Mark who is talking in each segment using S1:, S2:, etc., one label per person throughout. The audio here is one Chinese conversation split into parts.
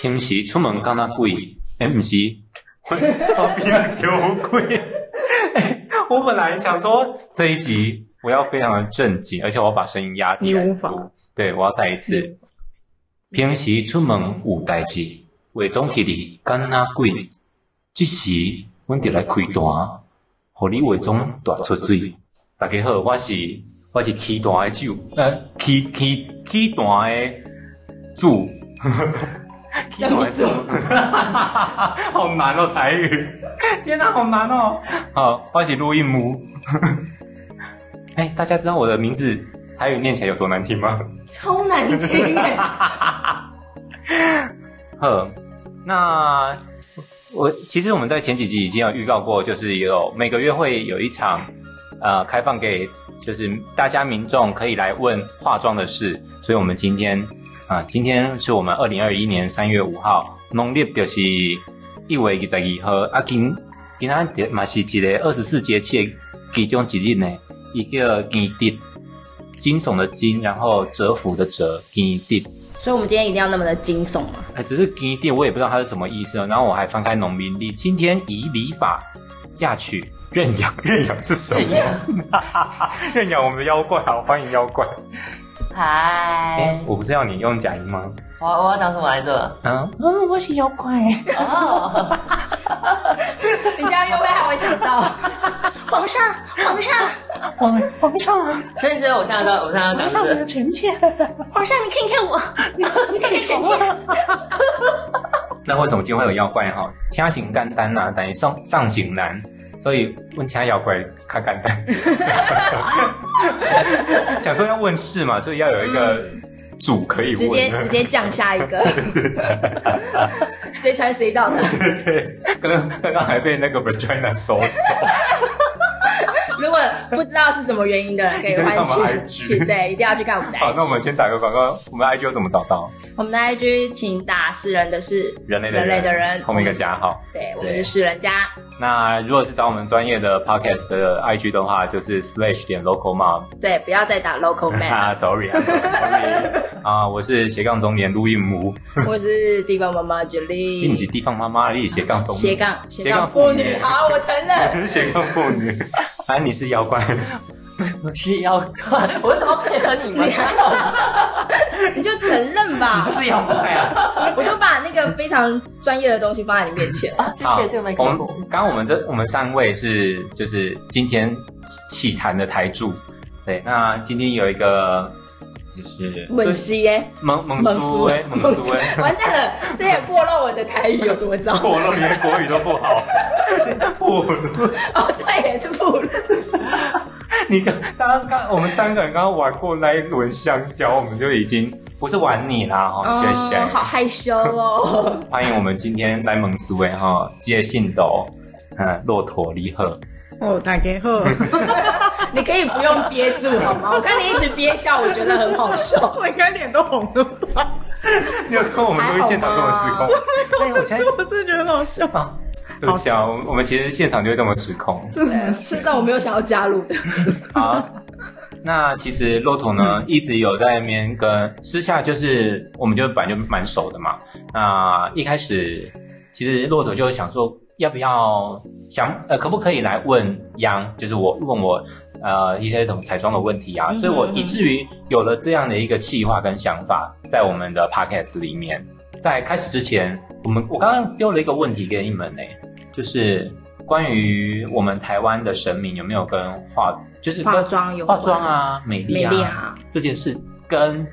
S1: 平时出门敢若鬼，诶、毋 是，我
S2: 哎
S1: 我边仔丢鬼。 我本来想说这一集我要非常的正经，而且我要把声音压低
S2: 你
S1: 来
S2: 无
S1: 录。
S2: 法嗯
S1: 对，我要再一次。平时出门有代志，话总起你敢若鬼。即时阮就来开单，互你话总大出水。大家好，我是我是起单的酒，呃，起起起单的主。 起单的主， 好难哦，台语。 天哪、好难哦！好，我是录音母。 哎、大家知道我的名字台语念起来有多难听吗？
S2: 超难听哎、
S1: 呵，那我其实我们在前几集已经有预告过，就是有每个月会有一场呃开放给就是大家民众可以来问化妆的事，所以我们今天啊、今天是我们二零二一年三月五号，农历就是一月二十二号，啊今今仔日嘛是一个二十四节气的其中一日呢，一个惊蛰，惊悚的惊，然后蛰伏的蛰，惊蛰。
S2: 所以我们今天一定要那么的惊悚嘛。
S1: 哎，只是给点，我也不知道它是什么意思哦。然后我还翻开农民历，今天以礼法嫁娶认养， 认养是什么？认养我们的妖怪，好欢迎妖怪。哎、
S3: 嗨，
S1: 我不是要你用假音吗？
S3: 我我要讲什么来着？
S2: 啊
S1: 嗯嗯，我是妖 怪。
S3: 哦，
S2: 人家又被还会想到， 皇上，皇上，
S1: 皇皇上啊，
S3: 所以你觉得我现在在我现在要讲的是
S1: 臣妾。
S2: 皇上，你看一看我，你看臣妾，
S1: 那为什么今天会有妖怪哈？请行简单呐、等于上上行难，所以问请妖怪看简单。 想说要问事嘛，所以要有一个主可以问。
S2: 直接嗯直接降下一 个，随传随到的。
S1: 对，刚刚刚刚还被那个 vagina 收走，
S2: 如果不知道是什么原因的人，可以
S1: 一定要看我
S2: 欢
S1: 们
S2: 去
S1: IG
S2: 去对，一定要去看我们的
S1: 好，那
S2: IG。
S1: 我们先打个广告，我们 IG 怎么找到？
S2: 我们的 IG 请打“世人的事”，
S1: 人类的人，
S2: 人类的人
S1: 后面一个加号。
S2: 对我们是世人家。
S1: 那如果是找我们专业的 podcast 的 IG 的话，就是 slash 点 local mom。
S2: 对，不要再打 local man，
S1: 啊，sorry 啊，sorry 啊，我是斜杠中年录音母，
S2: 我是地方妈妈
S1: 你不是
S2: Julie，
S1: 地方妈妈，你是斜杠中
S2: 斜
S1: 年，
S2: 杠斜
S1: 杠
S2: 杠
S1: 妇
S2: 妇
S1: 女
S2: 女。好，我承认。
S1: 斜杠妇女。啊，你是妖 怪，
S3: 我是妖怪，我怎么配合你们？
S2: 你就承认 吧，
S3: 是妖怪啊！
S2: 我就把那个非常专业的东西放在你面 前。
S3: 啊， 谢
S1: 好
S3: 谢这个麦克
S1: 我们
S3: 风。
S1: 刚刚我们这我们三位是就是今天起谈的台柱，对，那今天有一个就是
S2: 猛 西耶，
S1: 蒙蒙
S2: 猛
S1: 苏
S2: 苏
S1: 威，蒙苏威，
S2: 完蛋了，这也破露我的台语有多糟。
S1: 破了连国语都不好， 破了。
S2: 哦，对，也是破露。
S1: 你刚刚刚我们三个人刚刚玩过那一轮香蕉，我们就已经不是玩你啦哈、哦， 谢谢，
S2: 哦好害羞 哦。
S1: 欢迎我们今天来蒙苏威哈，接信斗，嗯，骆驼离合，
S4: 哦，大家好，
S2: 你可以不用憋住好吗？我看你一直憋笑，我觉得很好 笑。
S4: 我应该脸都红了吧？
S1: 你有看我们录音现场这么失控？哎，我现在
S4: 我真的觉得很好笑，
S1: 啊， 对不起啊，我们我们其实现场就会这么失控
S4: 真的
S2: 对，
S4: 是
S2: 事实上我没有想要加入的。
S1: 啊。那其实骆驼呢，一直有在那边跟私下，就是我们就本来就蛮熟的嘛。那一开始，其实骆驼就想说，要不要想呃，可不可以来问央，就是我问我呃一些什么彩妆的问题啊，所以我以至于有了这样的一个计划跟想法，在我们的 podcast 里面。在开始之前，我们我刚刚丢了一个问题给你们呢、就是关于我们台湾的神明有没有跟化，就是跟
S2: 化妆有
S1: 化
S2: 关
S1: 妆啊、美丽啊
S2: 美丽啊
S1: 这件事跟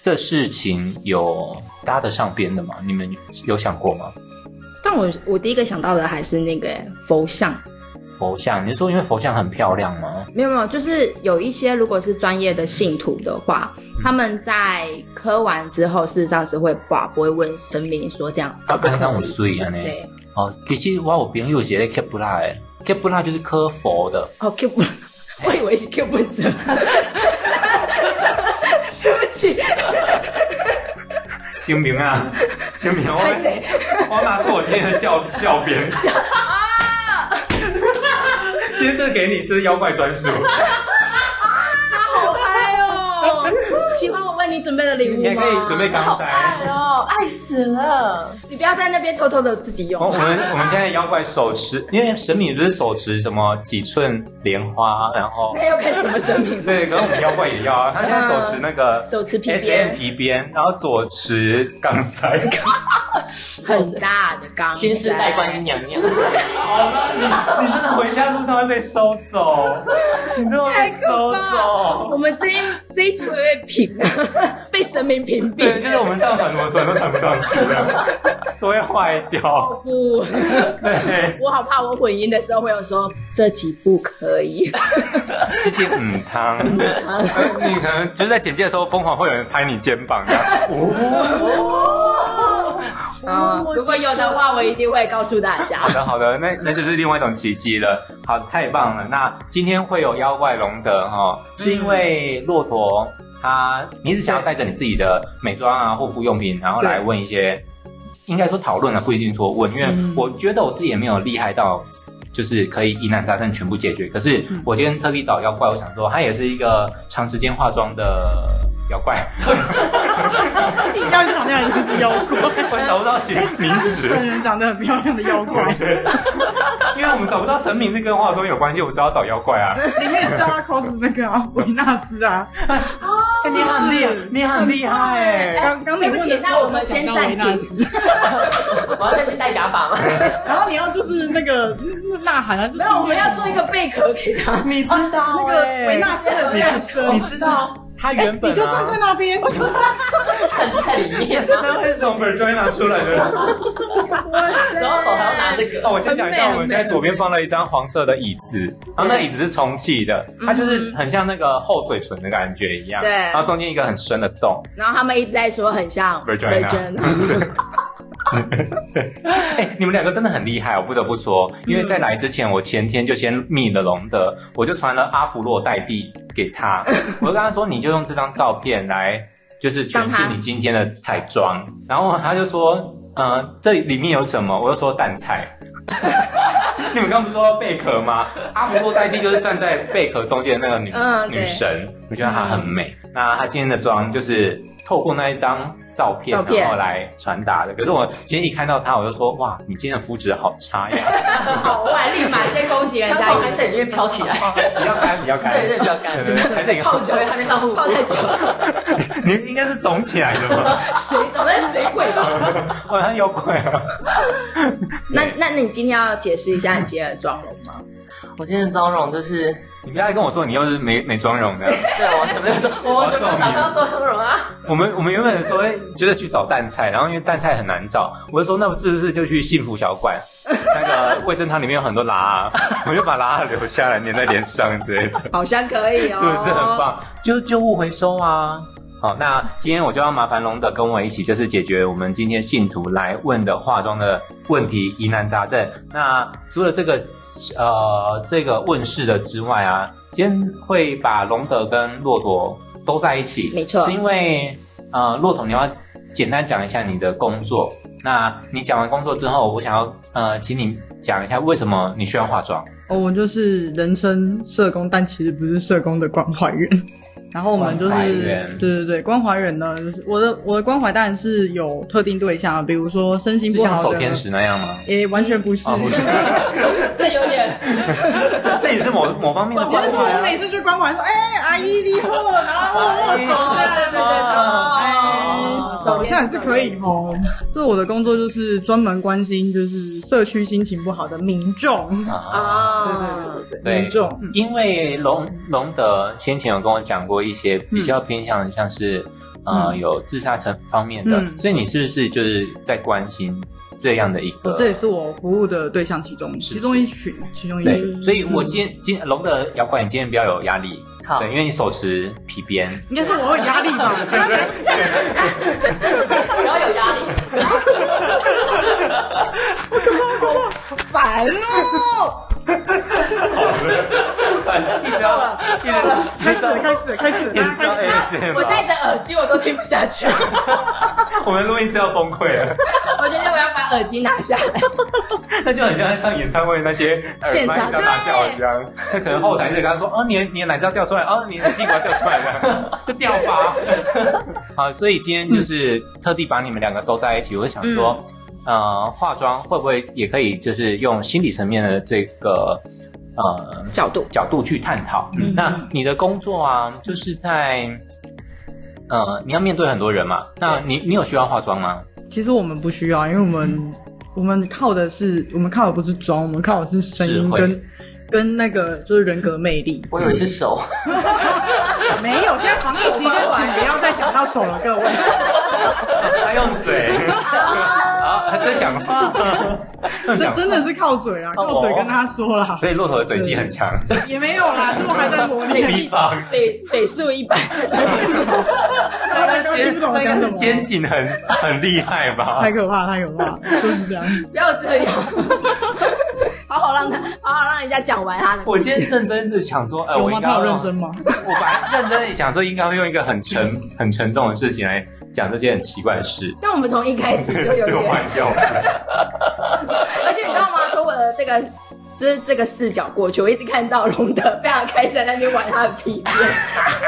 S1: 这事情有搭得上边的吗？你们有想过吗？
S2: 但我我第一个想到的还是那个佛像，
S1: 佛像，你是说因为佛像很漂亮吗？
S2: 没有没有，就是有一些如果是专业的信徒的话，
S1: 嗯
S2: 他们在磕完之后，事实上是会挂，不会问神明说这样可不
S1: 啊那
S2: 可
S1: 有
S2: 以。
S1: 水啊呢
S2: 对，
S1: 哦，其实我有朋友是咧刻布拉的，刻布拉就是磕佛的，
S2: 哦 Q 不， 我以为是 Q 不折， 对不起，
S1: 新明 啊，新明，
S2: 拍谁？
S1: 我拿出我今天的教教鞭。啊今天这个给你，这是妖怪专属。
S2: 好嗨哦！喜欢我为你准备的礼物
S1: 你也
S2: 吗？
S1: 可以准备钢塞。
S3: 哦，好爱死了！
S2: 你不要在那边偷偷的自己
S1: 我我
S2: 用。
S1: 们我们现在妖怪手持，因为神明不是手持什么几寸莲花，然 后
S2: 那又看什么神明？
S1: 对，可是我们妖怪也要啊，他现在手持那个
S2: 手持皮
S1: S M
S2: 鞭，
S1: 皮鞭，然后左持钢塞。
S2: 很大的钢，
S3: 新时代观音。娘娘，
S1: 好了，你你真的回家路上会被收走，你真的会被收
S2: 我
S1: 走。
S2: 们这一这一集会被屏， 被神明屏
S1: 对，
S2: 蔽。
S1: 就是我们上传怎么传都传不上去的，都会坏掉。
S2: 不，
S1: 对，
S2: 我好怕我混音的时候会有说这集不可 以。
S1: 这些嗯汤， 你可能就是在简介的时候疯狂会有人拍你肩膀这样。哦
S2: 啊、
S4: 哦
S2: 如果有的话，我一定会告诉大家
S1: 好。的，好的，那那就是另外一种奇迹了。好，太棒了。那今天会有妖怪龙的哈、哦，是因为骆驼他，你一直想要带着你自己的美妆啊、护肤用品，然后来问一些，应该说讨论啊，不一定说问，因为
S4: 嗯
S1: 我觉得我自己也没有厉害到。就是可以疑难杂症全部解决。可是我今天特地找妖怪，我想说他也是一个长时间化妆的妖 怪，
S4: 一定要强调你是妖怪。
S1: 我找不到形名 词。
S4: 本人长得很漂亮的 妖怪，
S1: 因为我们找不到神明是跟化妆有关系，我只好找妖怪啊。
S4: 你可以叫他 cos 那个啊，维纳斯啊。
S1: 你很厉害，你很厉害、
S2: 哎
S4: 刚刚你
S2: 对不
S4: 问
S2: 起
S4: 的，时
S2: 那
S4: 候，
S2: 我们先暂
S4: 我想到维纳
S2: 停
S4: 斯。
S3: 我要再去戴假发吗？
S4: 然后你要就是那个呐喊啊，
S2: 没有，我们要做一个贝壳给 他。
S1: 你知道、
S4: 那
S2: 哎
S4: 个维纳斯的战车，
S1: 你知道他原本、啊
S4: 哎你就站在那边，我说
S3: 站在里面吗？
S1: 那会是从 Virginia 出来 的。
S3: 然后手还要拿这个，
S1: 哦，我先讲一
S4: 很
S1: 下，
S4: 美
S1: 我们现在左边放了一张黄色的椅子，然后那椅子是充气的，它就是
S4: 嗯
S1: 很像那个厚嘴唇的感觉一样。
S2: 对
S1: 然后中间一个很深的洞。
S2: 然后他们一直在说很像
S1: Virginia
S2: Virgin
S1: 哎、你们两个真的很厉害，我不得不说，因为在来之前，我前天就先密了龙德，我就传了阿芙洛代币给 他，我就跟他说，你就用这张照片来，就是诠释你今天的彩妆，然后他就说，呃，这里面有什么？我就说蛋菜。 你们刚不是说贝壳吗？阿芙洛代币就是站在贝壳中间的那个女、
S2: 嗯对
S1: 女神，我觉得她很美。那她今天的妆就是透过那一张照片，
S2: 照片
S1: 然后来传达的。可是我今天一看到她，我就说哇，你今天的肤质好差呀！
S2: 好，我还立马先攻击人
S3: 刚
S2: 家
S3: 从
S2: 一
S3: 海
S2: 下。
S3: 水里面飘起来，
S1: 比较干，比较干，
S3: 对对，比较干
S1: 对对对还是一个
S3: 泡久也还没上户，
S2: 泡太久，
S1: 你应该是肿起来的 吧？
S2: 水总在水鬼吧？
S1: 好像有鬼啊！
S2: 那那那你今天要解释一下你今天的妆容 吗？
S3: 我今天的妆容就是，
S1: 你不要跟我说你又是没没妆容的。
S3: 对我怎么有妆，我完全没有打算做妆容啊。
S1: 我们我们原本说哎觉得去找蛋菜，然后因为蛋菜很难找，我就说那是不是就去幸福小馆？那个味噌汤里面有很多拉啊，我就把拉啊留下来粘在脸上之类的。
S2: 好像可以
S1: 是
S2: 哦，
S1: 不是很？棒？就旧物回收啊。好，那今天我就要麻烦龙德跟我一起，就是解决我们今天信徒来问的化妆的问题疑难杂症。那除了这个呃这个问世的之外啊，今天会把龙德跟骆驼都在一起，
S2: 没错
S1: 是因为呃骆驼你要简单讲一下你的工作。那你讲完工作之后，我想要呃，请你讲一下为什么你需要化妆。
S4: 哦，我就是人称社工，但其实不是社工的关怀员。 然后我们就
S1: 关怀
S4: 是
S1: 员
S4: 对对对，关怀员呢，就是我的我的关怀当然是有特定对象，啊比如说身心
S1: 是
S4: 不
S1: 像
S4: 好
S1: 守
S4: 的，
S1: 天使那样吗？
S4: 也完全不是。
S1: 哦不 是
S2: 这有点
S1: 这这也是某某方面的
S4: 比如
S1: 关
S4: 说
S1: 怀
S4: 我
S1: 啊。
S4: 每次去关怀说，哎，阿姨你好，然后握握手，哦
S2: 对对对哦
S4: 哎
S2: 对，
S4: 手下也是可以哦。对，我的工作就是专门关心就是社区心情不好的民
S2: 嗯
S4: 众，
S1: 啊，
S2: 哦。
S4: 对对
S1: 对
S4: 民众，嗯
S1: 因为龙龙德先前有跟我讲过一些比较偏向像是、呃
S4: 嗯
S1: 有自杀层方面的，
S4: 嗯
S1: 所以你是不是就是在关心这样的一个？
S4: 哦这也是我服务的对象其中
S1: 是
S4: 其中一群，其中一
S1: 对
S4: 群，。
S1: 所以我今天今龙德妖怪，你今天不要有压力，
S3: 好
S1: 对，因为你手持皮鞭，
S4: 应该是我有压力吧？
S3: 不要有压力，
S4: 烦哦！
S1: 一直要一直要
S4: 开始开始开始，大家 开始。
S1: ASM，
S2: 我戴着耳机我都听不 下去，
S1: 我们录音是要崩溃了，
S2: 我觉得我要把耳机拿下来。
S1: 那 就很像在唱演唱会那些
S2: 现场
S1: 耳麦一直要打掉一样，那可能后台就跟他说，哦，你的你的奶罩掉出来，哦，你的屁股要掉出来了， 就掉吧。好，所以今天就是特地把你们两个都在一起，我就想说，呃，化妆会不会也可以就是用心理层面的这个呃
S2: 角度，
S1: 角度去探讨。
S4: 嗯
S1: 那你的工作啊，就是在呃，你要面对很多人嘛。那你你有需要化妆吗？
S4: 其实我们不需要，因为我们、我们靠的是我们靠的不是妆，我们靠的是声
S1: 智
S4: 音
S1: 慧
S4: 跟跟那个就是人格魅力。
S3: 我以为是手，
S4: 没有，现在防疫期间，请不要再想到手了，各位。
S1: 他用哎嘴啊，他在讲话，在
S4: 这
S1: 讲话。
S4: 真的是靠嘴啊，靠嘴跟他说啦，
S1: 哦所以骆驼的嘴技很强，
S4: 也没有啦，这我还在磨
S2: 嘴
S4: 练。
S2: 技嘴嘴术一百，
S4: 大家听不懂我讲什
S1: 是肩
S4: 么，
S1: 颈很很厉害吧
S4: 太？可怕，太可怕，就是这样。
S2: 不要这样， 好好让他，好好让人家讲完啊他的。
S1: 我今天认真的想说，哎、
S4: 有
S1: 我
S4: 吗？
S1: 应该
S4: 他
S1: 要
S4: 有
S1: 用
S4: 认真吗？
S1: 我本来认真地想说，应该会用一个很沉、很沉重的事情来讲这件很奇怪的事，
S2: 但我们从一开始就 有
S1: 结果
S2: 点，
S1: 坏掉了。
S2: 而且你知道吗？从我的这个。就是这个视角过去，我一直看到龙德非常开心在那边玩他的皮鞭，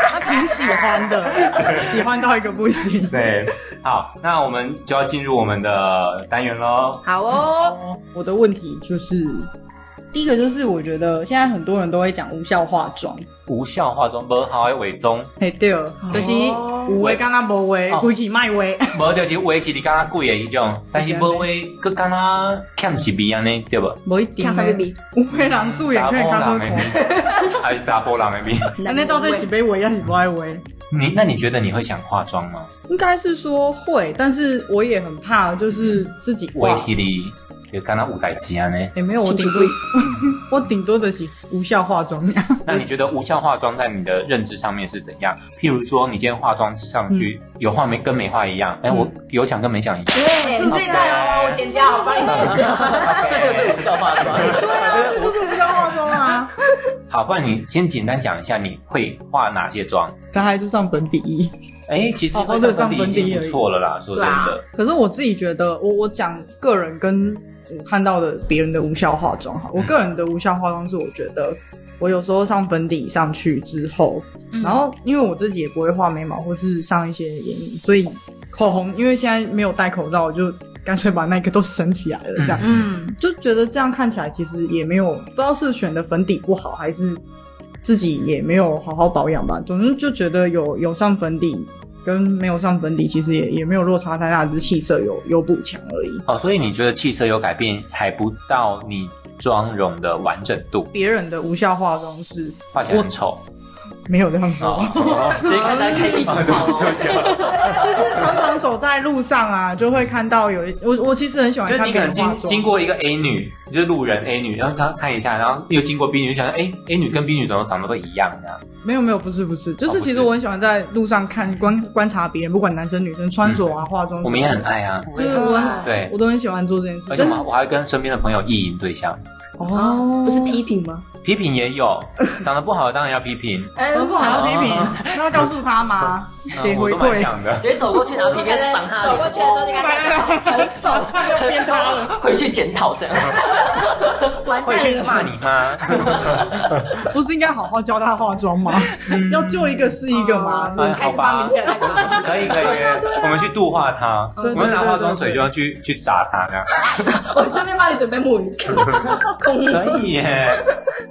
S4: 他挺喜欢的， 喜欢到一个不行。
S1: 对，好，那我们就要进入我们的单元喽。
S2: 好哦，
S4: 哦，我的问题就是，第一个就是我觉得现在很多人都会讲无效化妆，哦
S1: 无效化妆，无效的伪妆，
S4: 嘿对，就是有为刚刚无为
S1: 哦，
S4: 规矩卖为，
S1: 无就是伪起你刚刚贵的一种，但是无伪佮刚刚欠一味安尼，对不？
S4: 无一定欸哦
S2: 像
S4: 的。
S2: 上面比，
S4: 有的人素颜可以看到
S1: 的
S4: 口，
S1: 味，还是查甫人的味？
S4: 那到底是被围还是不爱围？
S1: 你那你觉得你会想化妆吗？
S4: 应该是说会，但是我也很怕，就是自己
S1: 伪
S4: 挂。
S1: 起你就刚刚有代志啊安尼。
S4: 也、没有，我顶多我顶多的是无效化 妆呀。
S1: 那你觉得无效化妆在你的认知上面是怎样？譬如说，你今天化妆上去、
S4: 嗯
S1: 有画没跟没画一样，哎、我有讲跟没讲一样。
S2: 对，
S4: 就是
S2: 这一段哦，我剪掉，我帮你
S4: 嗯
S2: 剪掉。
S3: 这就是无效化妆。
S4: 这啊就是无效化妆啊！
S1: 好，不然你先简单讲一下你会化哪些妆。
S4: 刚才就上本底一，
S1: 哎、其实
S4: 哦
S1: 会
S4: 哦对
S1: 上
S4: 上
S1: 粉
S4: 粉
S1: 底已经不
S4: 底而已啊
S1: 错了啦，说真的。
S4: 可是我自己觉得，我我讲个人跟我看到的别人的无效化妆哈，我个人的无效化妆是我觉得。我有时候上粉底上去之后，
S2: 嗯
S4: 然后因为我自己也不会画眉毛或是上一些眼影，所以口红因为现在没有戴口罩，我就干脆把那个都省起来了，这样。
S2: 嗯，
S4: 就觉得这样看起来其实也没有，不知道是选的粉底不好，还是自己也没有好好保养吧。总之就觉得有有上粉底跟没有上粉底，其实也也没有落差太大，只是气色有有补强而已。
S1: 哦，所以你觉得气色有改变，还不到你妆容的完整度，
S4: 别人的无效化妆是
S1: 画起来很丑。
S4: 没有这样说，
S1: 哦，
S3: 直接看大家开地图炮哦。
S4: 就是常常走在路上啊，就会看到有一我我其实很喜欢
S1: 就是
S4: 看
S1: 你
S4: 别
S1: 可能
S4: 人化
S1: 经
S4: 妆，
S1: 经过一个 A 女，就是路人 A 女，然后她看一下，然后又经过 B 女，就想说，哎，A 女跟 B 女怎么长得都一样啊？
S4: 没有没有不是不是，就
S1: 哦不
S4: 是
S1: 是
S4: 其实我很喜欢在路上看观观察别人，不管男生女生穿着啊、化妆，
S1: 嗯我们也很爱啊，
S4: 就是我很
S1: 对
S4: 我都很喜欢做这件事，
S1: 而且
S4: 真
S1: 我
S4: 的
S1: 还我还跟身边的朋友意淫对象，
S2: 哦，不是批评吗？
S1: 批评也有，长得不好的当然要批评，
S4: 何
S2: 嗯
S4: 不好好批评，那告诉他嘛，给
S1: 嗯，我
S4: 回
S1: 都蛮
S4: 馈。
S1: 想的。
S3: 直接走过去拿皮鞭赏他
S2: 走过去的时候就跟他讲，很 丑，
S4: 又变他了，
S3: 候，回去检讨这样。
S2: 完
S1: 会
S2: 蛋
S1: 去
S2: 了。
S1: 骂你 吗？
S4: 不是应该好好教他化妆吗？
S1: 嗯
S4: 要救一个是一个嘛。
S1: 哎
S2: 开
S1: 好
S2: 始
S1: 吧
S2: 帮别人来讲，
S1: 可以可以，我们去度化他，
S4: 啊对
S1: 我们拿
S4: 对对
S1: 化妆
S4: 对
S1: 水
S4: 对
S1: 就要去去杀他这样。
S2: 我顺便帮你准备木鱼。
S1: 可以 耶，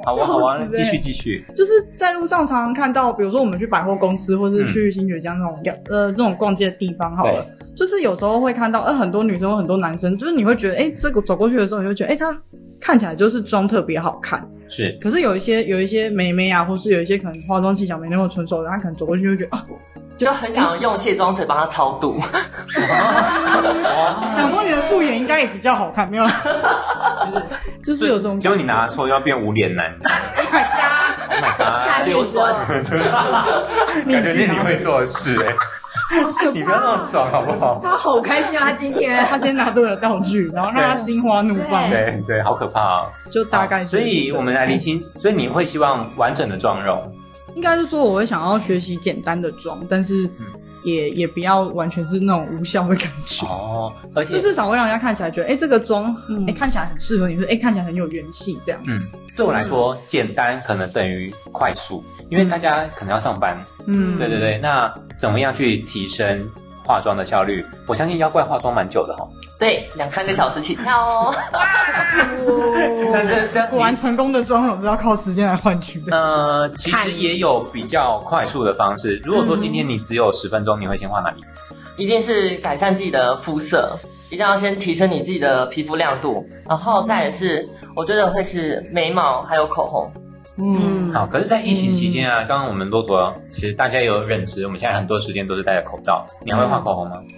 S1: 好啊好啊
S4: 笑死，欸
S1: 继续继续。
S4: 就是在路上常常看到，比如说我们去百货公司，或
S1: 嗯
S4: 是去新觉江那种、呃那种逛街的地方好了，就是有时候会看到呃很多女生或很多男生，就是你会觉得哎、这个走过去的时候，你会觉得哎、他看起来就是妆特别好看，
S1: 是
S4: 可是有一些有一些妹妹啊，或是有一些可能化妆技巧没那么纯熟的，她可能走过去就会觉得啊，
S3: 就很想用卸妆水帮他超度，
S4: 想说你的素颜应该也比较好看，没有 啦，就是就是有这种感
S1: 结
S4: 觉，
S1: 果你拿错，要变无脸 男。Oh my
S2: 下
S1: god！
S2: 面
S3: 硫酸
S2: 说，
S4: 啊
S1: 感觉是你会做的事哎。你不要那么爽好不好？
S2: 他好开心啊！他今天
S4: 他先拿对了道具，然后让他心花怒放，
S2: 对
S1: 对对，好可怕啊！
S4: 就大概
S1: 好
S4: 是
S1: 所以
S4: 这样
S1: 我们来厘清，所以你会希望完整的妆容，
S4: 应该是说我会想要学习简单的妆，但是
S1: 嗯
S4: 也、也不要完全是那种无效的感觉。
S1: 哦，而且
S4: 就至少会让人家看起来觉得，哎、这个妆，哎、
S3: 嗯
S4: 看起来很适合你，说，哎、看起来很有元气，这样。
S1: 嗯，对我来说，简单可能等于快速，因为大家可能要上班。
S4: 嗯，
S1: 对对对，那怎么样去提升化妆的效率？我相信要怪化妆蛮久的哈、哦。
S3: 对，两三个小时起跳哦。
S1: 但这这样
S4: 果然成功的妆容是要靠时间来换取 的。
S1: 呃，其实也有比较快速的方
S3: 嗯
S1: 式。如果说今天你只有十分钟，你会先画哪里？
S3: 一定是改善自己的肤色，一定要先提升你自己的皮肤亮度，然后再也是，我觉得会是眉毛还有口红。
S4: 嗯，
S1: 好，可是，在疫情期间
S3: 嗯
S1: 啊，刚刚我们骆驼其实大家也有认知，我们现在很多时间都是戴着口罩。你还会画口红吗？
S3: 嗯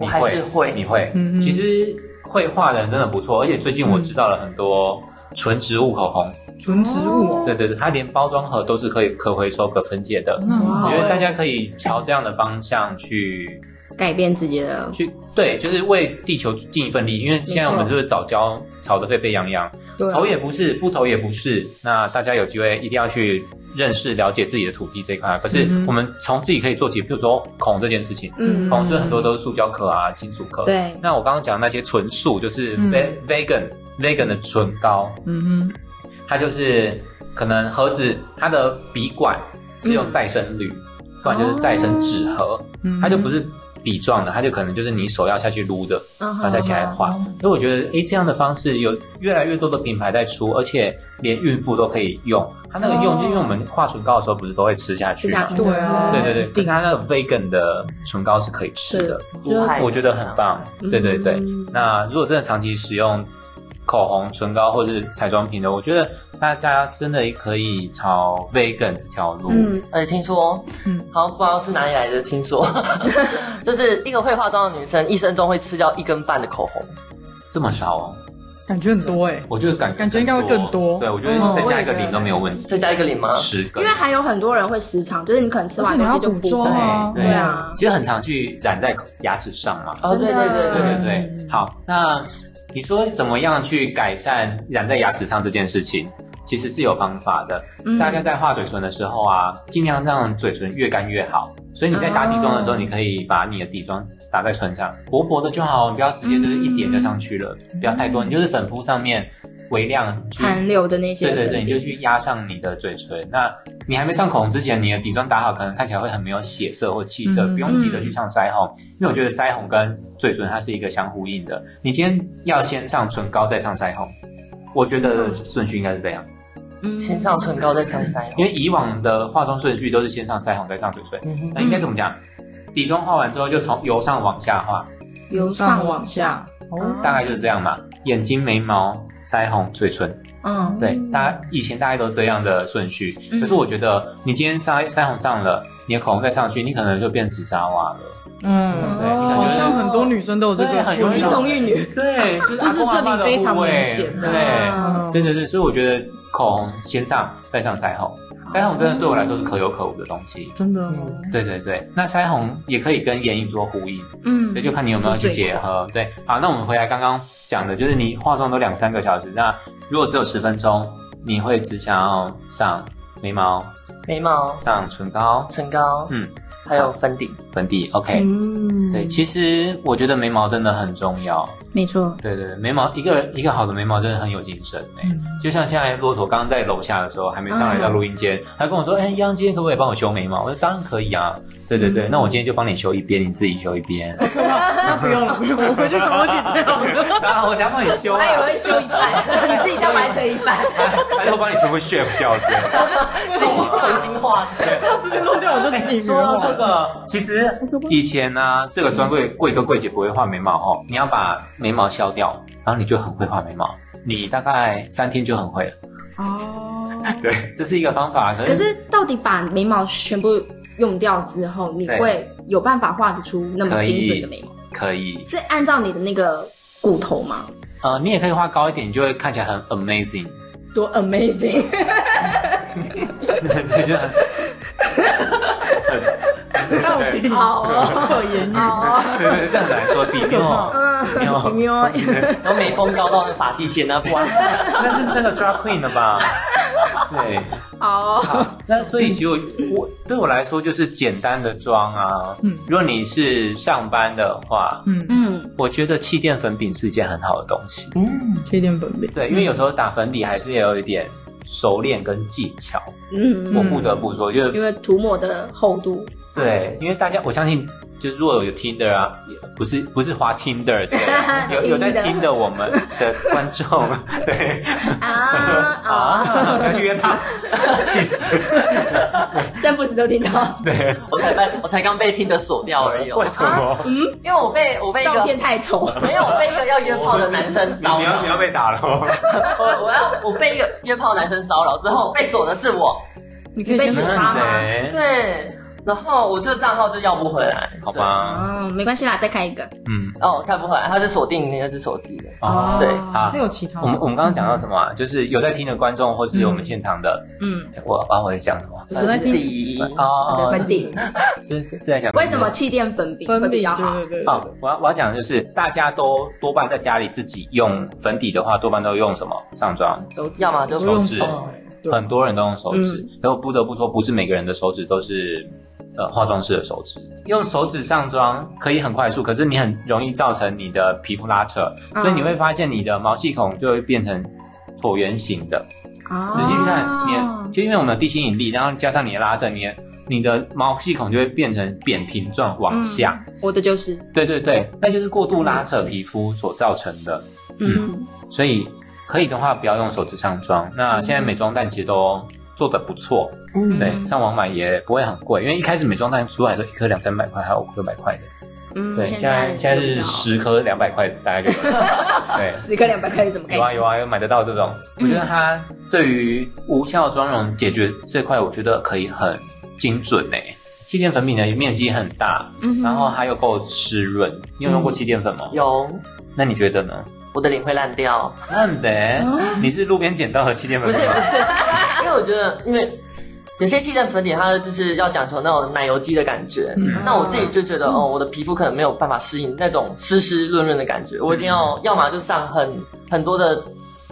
S3: 我
S1: 你
S3: 还是会
S1: 你会。
S4: 嗯嗯
S1: 其实会画的人真的不错，而且最近
S3: 嗯
S1: 我知道了很多纯植物口红。
S4: 纯
S2: 嗯
S4: 植物哦、
S1: 对对对，它连包装盒都是可以可回收、可分解的。
S4: 那很
S3: 哦
S1: 我
S4: 好
S1: 觉得大家可以朝这样的方向去
S2: 改
S1: 嗯
S2: 变自己的
S1: 去，对，就是为地球尽一份力。因为现在我们就是早教吵得沸沸扬扬，
S4: 对啊
S1: 投也不是，不投也不是。那大家有机会一定要去认识、了解自己的土地这一块。可是
S4: 嗯哼
S1: 我们从自己可以做起，比如说孔这件事情，
S2: 嗯
S1: 孔是很多都是塑胶壳啊、金属壳。
S2: 对
S1: 那我刚刚讲的那些纯素，就是
S4: 嗯
S1: ve- vegan、vegan 的唇膏，
S4: 嗯
S1: 它就是可能盒子它的笔管是
S4: 嗯
S1: 用再生铝，不然就是再生纸盒，
S4: 哼，
S1: 它就不是笔状的，它就可能就是你手要下去撸的，
S2: 嗯
S1: 然
S2: 哼
S1: 后再起来画。
S2: 啊
S1: 所以我觉得，诶，这样的方式有越来越多的品牌在出，而且连孕妇都可以用。它那个用，
S4: 哦
S1: 因为我们画唇膏的时候不是都会吃下去
S2: 吃下
S1: 吗
S2: 去？嗯
S4: 对啊
S1: 对对对，可是它那个 vegan 的唇膏是可以吃的，
S3: 无害
S1: 我觉得很棒。对对对，
S2: 嗯
S1: 那如果真的长期使用口红、唇膏或是彩妆品的，我觉得大家真的可以朝 vegan 这条路。
S2: 嗯，
S3: 而且听说，
S4: 嗯
S3: 好像不知道是哪里来的，听说，就是一个会化妆的女生，一生中会吃掉一根半的口红。
S1: 这么少哦，
S4: 感觉很多哎、
S1: 我觉得感
S4: 感觉应该会更多嗯
S1: 对，我觉得再加一个零都没有问题，
S3: 再加一个零吗？
S1: 十个
S2: 因为。还有很多人会时常，就是你可能吃
S4: 而
S2: 完
S4: 且你
S2: 东
S4: 要
S2: 西就
S4: 补
S2: 补
S4: 妆啊，
S1: 对
S2: 对啊
S1: 其实很常去染在牙齿上嘛。
S3: 哦，对对对
S1: 对
S3: 对，
S1: 对
S4: 嗯
S1: 对，好，那你说怎么样去改善染在牙齿上这件事情？其实是有方法的。
S2: 嗯
S1: 大家在画嘴唇的时候啊，尽量让嘴唇越干越好。所以你在打底妆的时候，
S2: 哦
S1: 你可以把你的底妆打在唇上，薄薄的就好，你不要直接就是一点就上去了，
S4: 嗯
S1: 不要太多，你就是粉扑上面微量去
S2: 残留的那些
S1: 对
S2: 粉
S1: 对
S2: 饼，
S1: 对，你就去压上你的嘴唇。那你还没上口红之前，你的底妆打好，可能看起来会很没有血色或气色，
S4: 嗯
S1: 不用急着去上腮红，因为我觉得腮红跟嘴唇它是一个相呼应的。你今天要先上唇膏再上腮红，我觉得顺序应该是这样，
S2: 嗯
S3: 先上唇膏再上腮
S1: 因
S3: 红。
S1: 为以往的化妆顺序都是先上腮红再上嘴唇。
S3: 嗯哼
S1: 那应该怎么讲？底妆画完之后，就从由上往下画，
S2: 由
S1: 嗯
S2: 上往下，
S4: 哦，
S1: 大概就是这样嘛。眼睛、眉毛、腮红、嘴唇，
S2: 嗯，
S1: 对，大家以前大概都这样的顺序。
S2: 嗯
S1: 可是我觉得，你今天腮腮红上了，你的口红再上去，你可能就变紫砂娃了。
S2: 哦
S4: 嗯，
S1: 对你感觉
S4: 好像很多女生都有这
S1: 对
S4: 个
S1: 很容易
S4: 困
S2: 金
S4: 扰
S2: 童玉女，
S1: 对，就是阿公阿嬷的
S4: 就是这里非常
S1: 护卫
S4: 明显啊的
S1: 对，
S2: 嗯
S1: 对对对，所以我觉得口红先上，再上腮红。腮红真的对我来说是可有可无的东西。
S4: 真的哦，
S3: 嗯
S1: 对对对，那腮红也可以跟眼影做呼应，
S2: 嗯
S1: 对，就看你有没有去结合。对，好，那我们回来刚刚讲的，就是你化妆都两三个小时，那如果只有十分钟，你会只想要上眉毛、
S3: 眉毛、
S1: 上唇膏、
S3: 唇膏，
S1: 嗯，
S3: 还有粉底。
S1: 粉底，OK，、
S2: 嗯，
S1: 对，其实我觉得眉毛真的很重要。
S2: 没错，
S1: 对对，对眉毛一个一个好的眉毛真的很有精神哎、
S4: 嗯
S1: 就像现在骆驼刚刚在楼下的时候，还没上来到录音间，他跟我说：“哎、央今天可不可以帮我修眉毛？”我说：“当然可以啊。”对对对，那我今天就帮你修一边，你自己修一边。
S4: 不用了，不用了，我回去找我姐姐好了。
S1: 啊，我等下帮你修
S2: 他也
S1: 啊，
S2: 会修 一半，你自己再完成一半，
S1: 他就帮你全部 shape 掉这样。
S3: 自己重新画的。
S4: 十分钟掉我就自己
S1: 哎说到这个，其实以前呢、这个专柜柜哥柜姐不会画眉毛哦，你要把眉毛削掉，然后你就很会画眉毛，你大概三天就很会了。
S2: 哦，
S1: 对，这是一个方法。可
S2: 可是到底把眉毛全部用掉之后，你
S1: 对
S2: 会有办法画得出那么
S1: 可
S2: 精准
S1: 以
S2: 的眉毛？
S1: 可以，
S2: 是按照你的那个骨头吗？
S1: 呃，你也可以画高一点，你就会看起来很 amazing。
S4: 多 amazing！
S1: 对，就很很
S4: 到底
S2: 好哦，
S4: 可言语，
S2: 好
S1: 对这样来说比妙，
S2: 哦，嗯，
S1: 妙，
S2: 喵，
S3: 然后眉峰高到那个发际线那不然
S1: 那是那个 drag queen 了吧？对，
S2: 好哦，
S1: 好，那所以其实我我对我来说就是简单的妆啊。
S4: 嗯
S1: 如果你是上班的话，
S4: 嗯，
S2: 嗯，
S1: 我觉得气垫粉饼是一件很好的东西。
S3: 嗯，
S4: 缺点粉饼，
S1: 对，因为有时候打粉底还是要有一点熟练跟技巧，
S2: 嗯，
S1: 我
S2: 嗯
S1: 不得不说，就是
S2: 因为涂抹的厚度，
S1: 对，因为大家我相信，就是如果有 Tinder 啊，也不是不是滑 Tinder 的，啊有有在
S2: Tinder
S1: Tinder 我们的观众，对
S2: 啊啊，
S1: 啊，要去约他，气死，
S2: 三不时都听到，
S1: 对，
S3: 我才被我才刚被听的锁掉而已哦
S1: 为，什么？
S3: 因为我被我被一
S2: 照
S3: 个
S2: 片太丑，
S3: 没有我被一个要约炮的男生
S1: 你
S3: 骚
S1: 你要
S3: 扰
S1: 你，要被打了哦，
S3: 我我要我被一个约炮的男生骚扰之后被锁的是我，
S4: 你可
S2: 以
S4: 以
S2: 先
S4: 先
S2: 处罚吗？
S1: 嗯对，
S3: 对，然后我这个账号就要不回来，
S1: 好吧，
S2: 嗯，没关系啦，再开一个，
S1: 嗯，
S3: 对，哦，开不回来，它是锁定你那只手机的，
S1: 哦，
S3: 对
S1: 好
S4: 还有其他吗，
S1: 我们我们刚刚讲到什么啊？就是有在听的观众，或是我们现场的，
S2: 嗯，
S1: 我啊我在讲什么？
S4: 我是在听
S3: 第一，
S1: 哦，
S2: 对，粉底，
S1: 是是是在讲
S2: 为什么气垫粉饼会
S4: 粉
S2: 比
S4: 饼，
S2: 较好？
S4: 对对对，
S1: 哦，我要我要讲的就是，大家都多半在家里自己用粉底的话，多半都用什么上妆？
S3: 要么就
S4: 我用哦
S1: 指
S4: 手对
S1: 很多人都用手指，
S2: 嗯
S1: 然后不得不说，不是每个人的手指都是呃化妆师的手指。用手指上妆可以很快速，可是你很容易造成你的皮肤拉扯，
S2: 嗯
S1: 所以你会发现你的毛细孔就会变成椭圆形的。
S2: 哦
S1: 仔细去看，你的就因为我们的地心引力，然后加上你的拉扯，你的你的毛细孔就会变成扁平状往下。
S2: 我的就是，
S1: 对对对，那就是过度拉扯皮肤所造成的。
S2: 嗯，
S1: 所以可以的话，不要用手指上妆。那现在美妆蛋其实都做的不错，
S3: 嗯
S1: 对，上网买也不会很贵，因为一开始美妆蛋出来的时候，一颗两三百块，还有五六百块的。
S2: 嗯，
S1: 对，现在现在是十颗两百块，大概就有了。对，
S2: 十个两百块是什么概
S1: 有啊
S2: 念？
S1: 有啊，有买得到这种。我
S2: 嗯
S1: 觉得它对于无效妆容解决这块，我觉得可以很精准诶、气垫粉饼的面积很大，
S2: 嗯哼
S1: 然后它又够湿润。你有用过气垫粉吗？。
S3: 有
S1: 那你觉得呢？
S3: 我的脸会烂掉，
S1: 烂的， 你是路边捡到的气垫粉
S3: 不是
S1: 饼
S3: 不
S1: 吗？
S3: 是，因为我觉得因为。有些气垫粉底，它就是要讲求那种奶油肌的感觉。
S1: 嗯
S3: 那我自己就觉得，哦，我的皮肤可能没有办法适应那种湿湿润润的感觉。我一定要，要么就上很很多的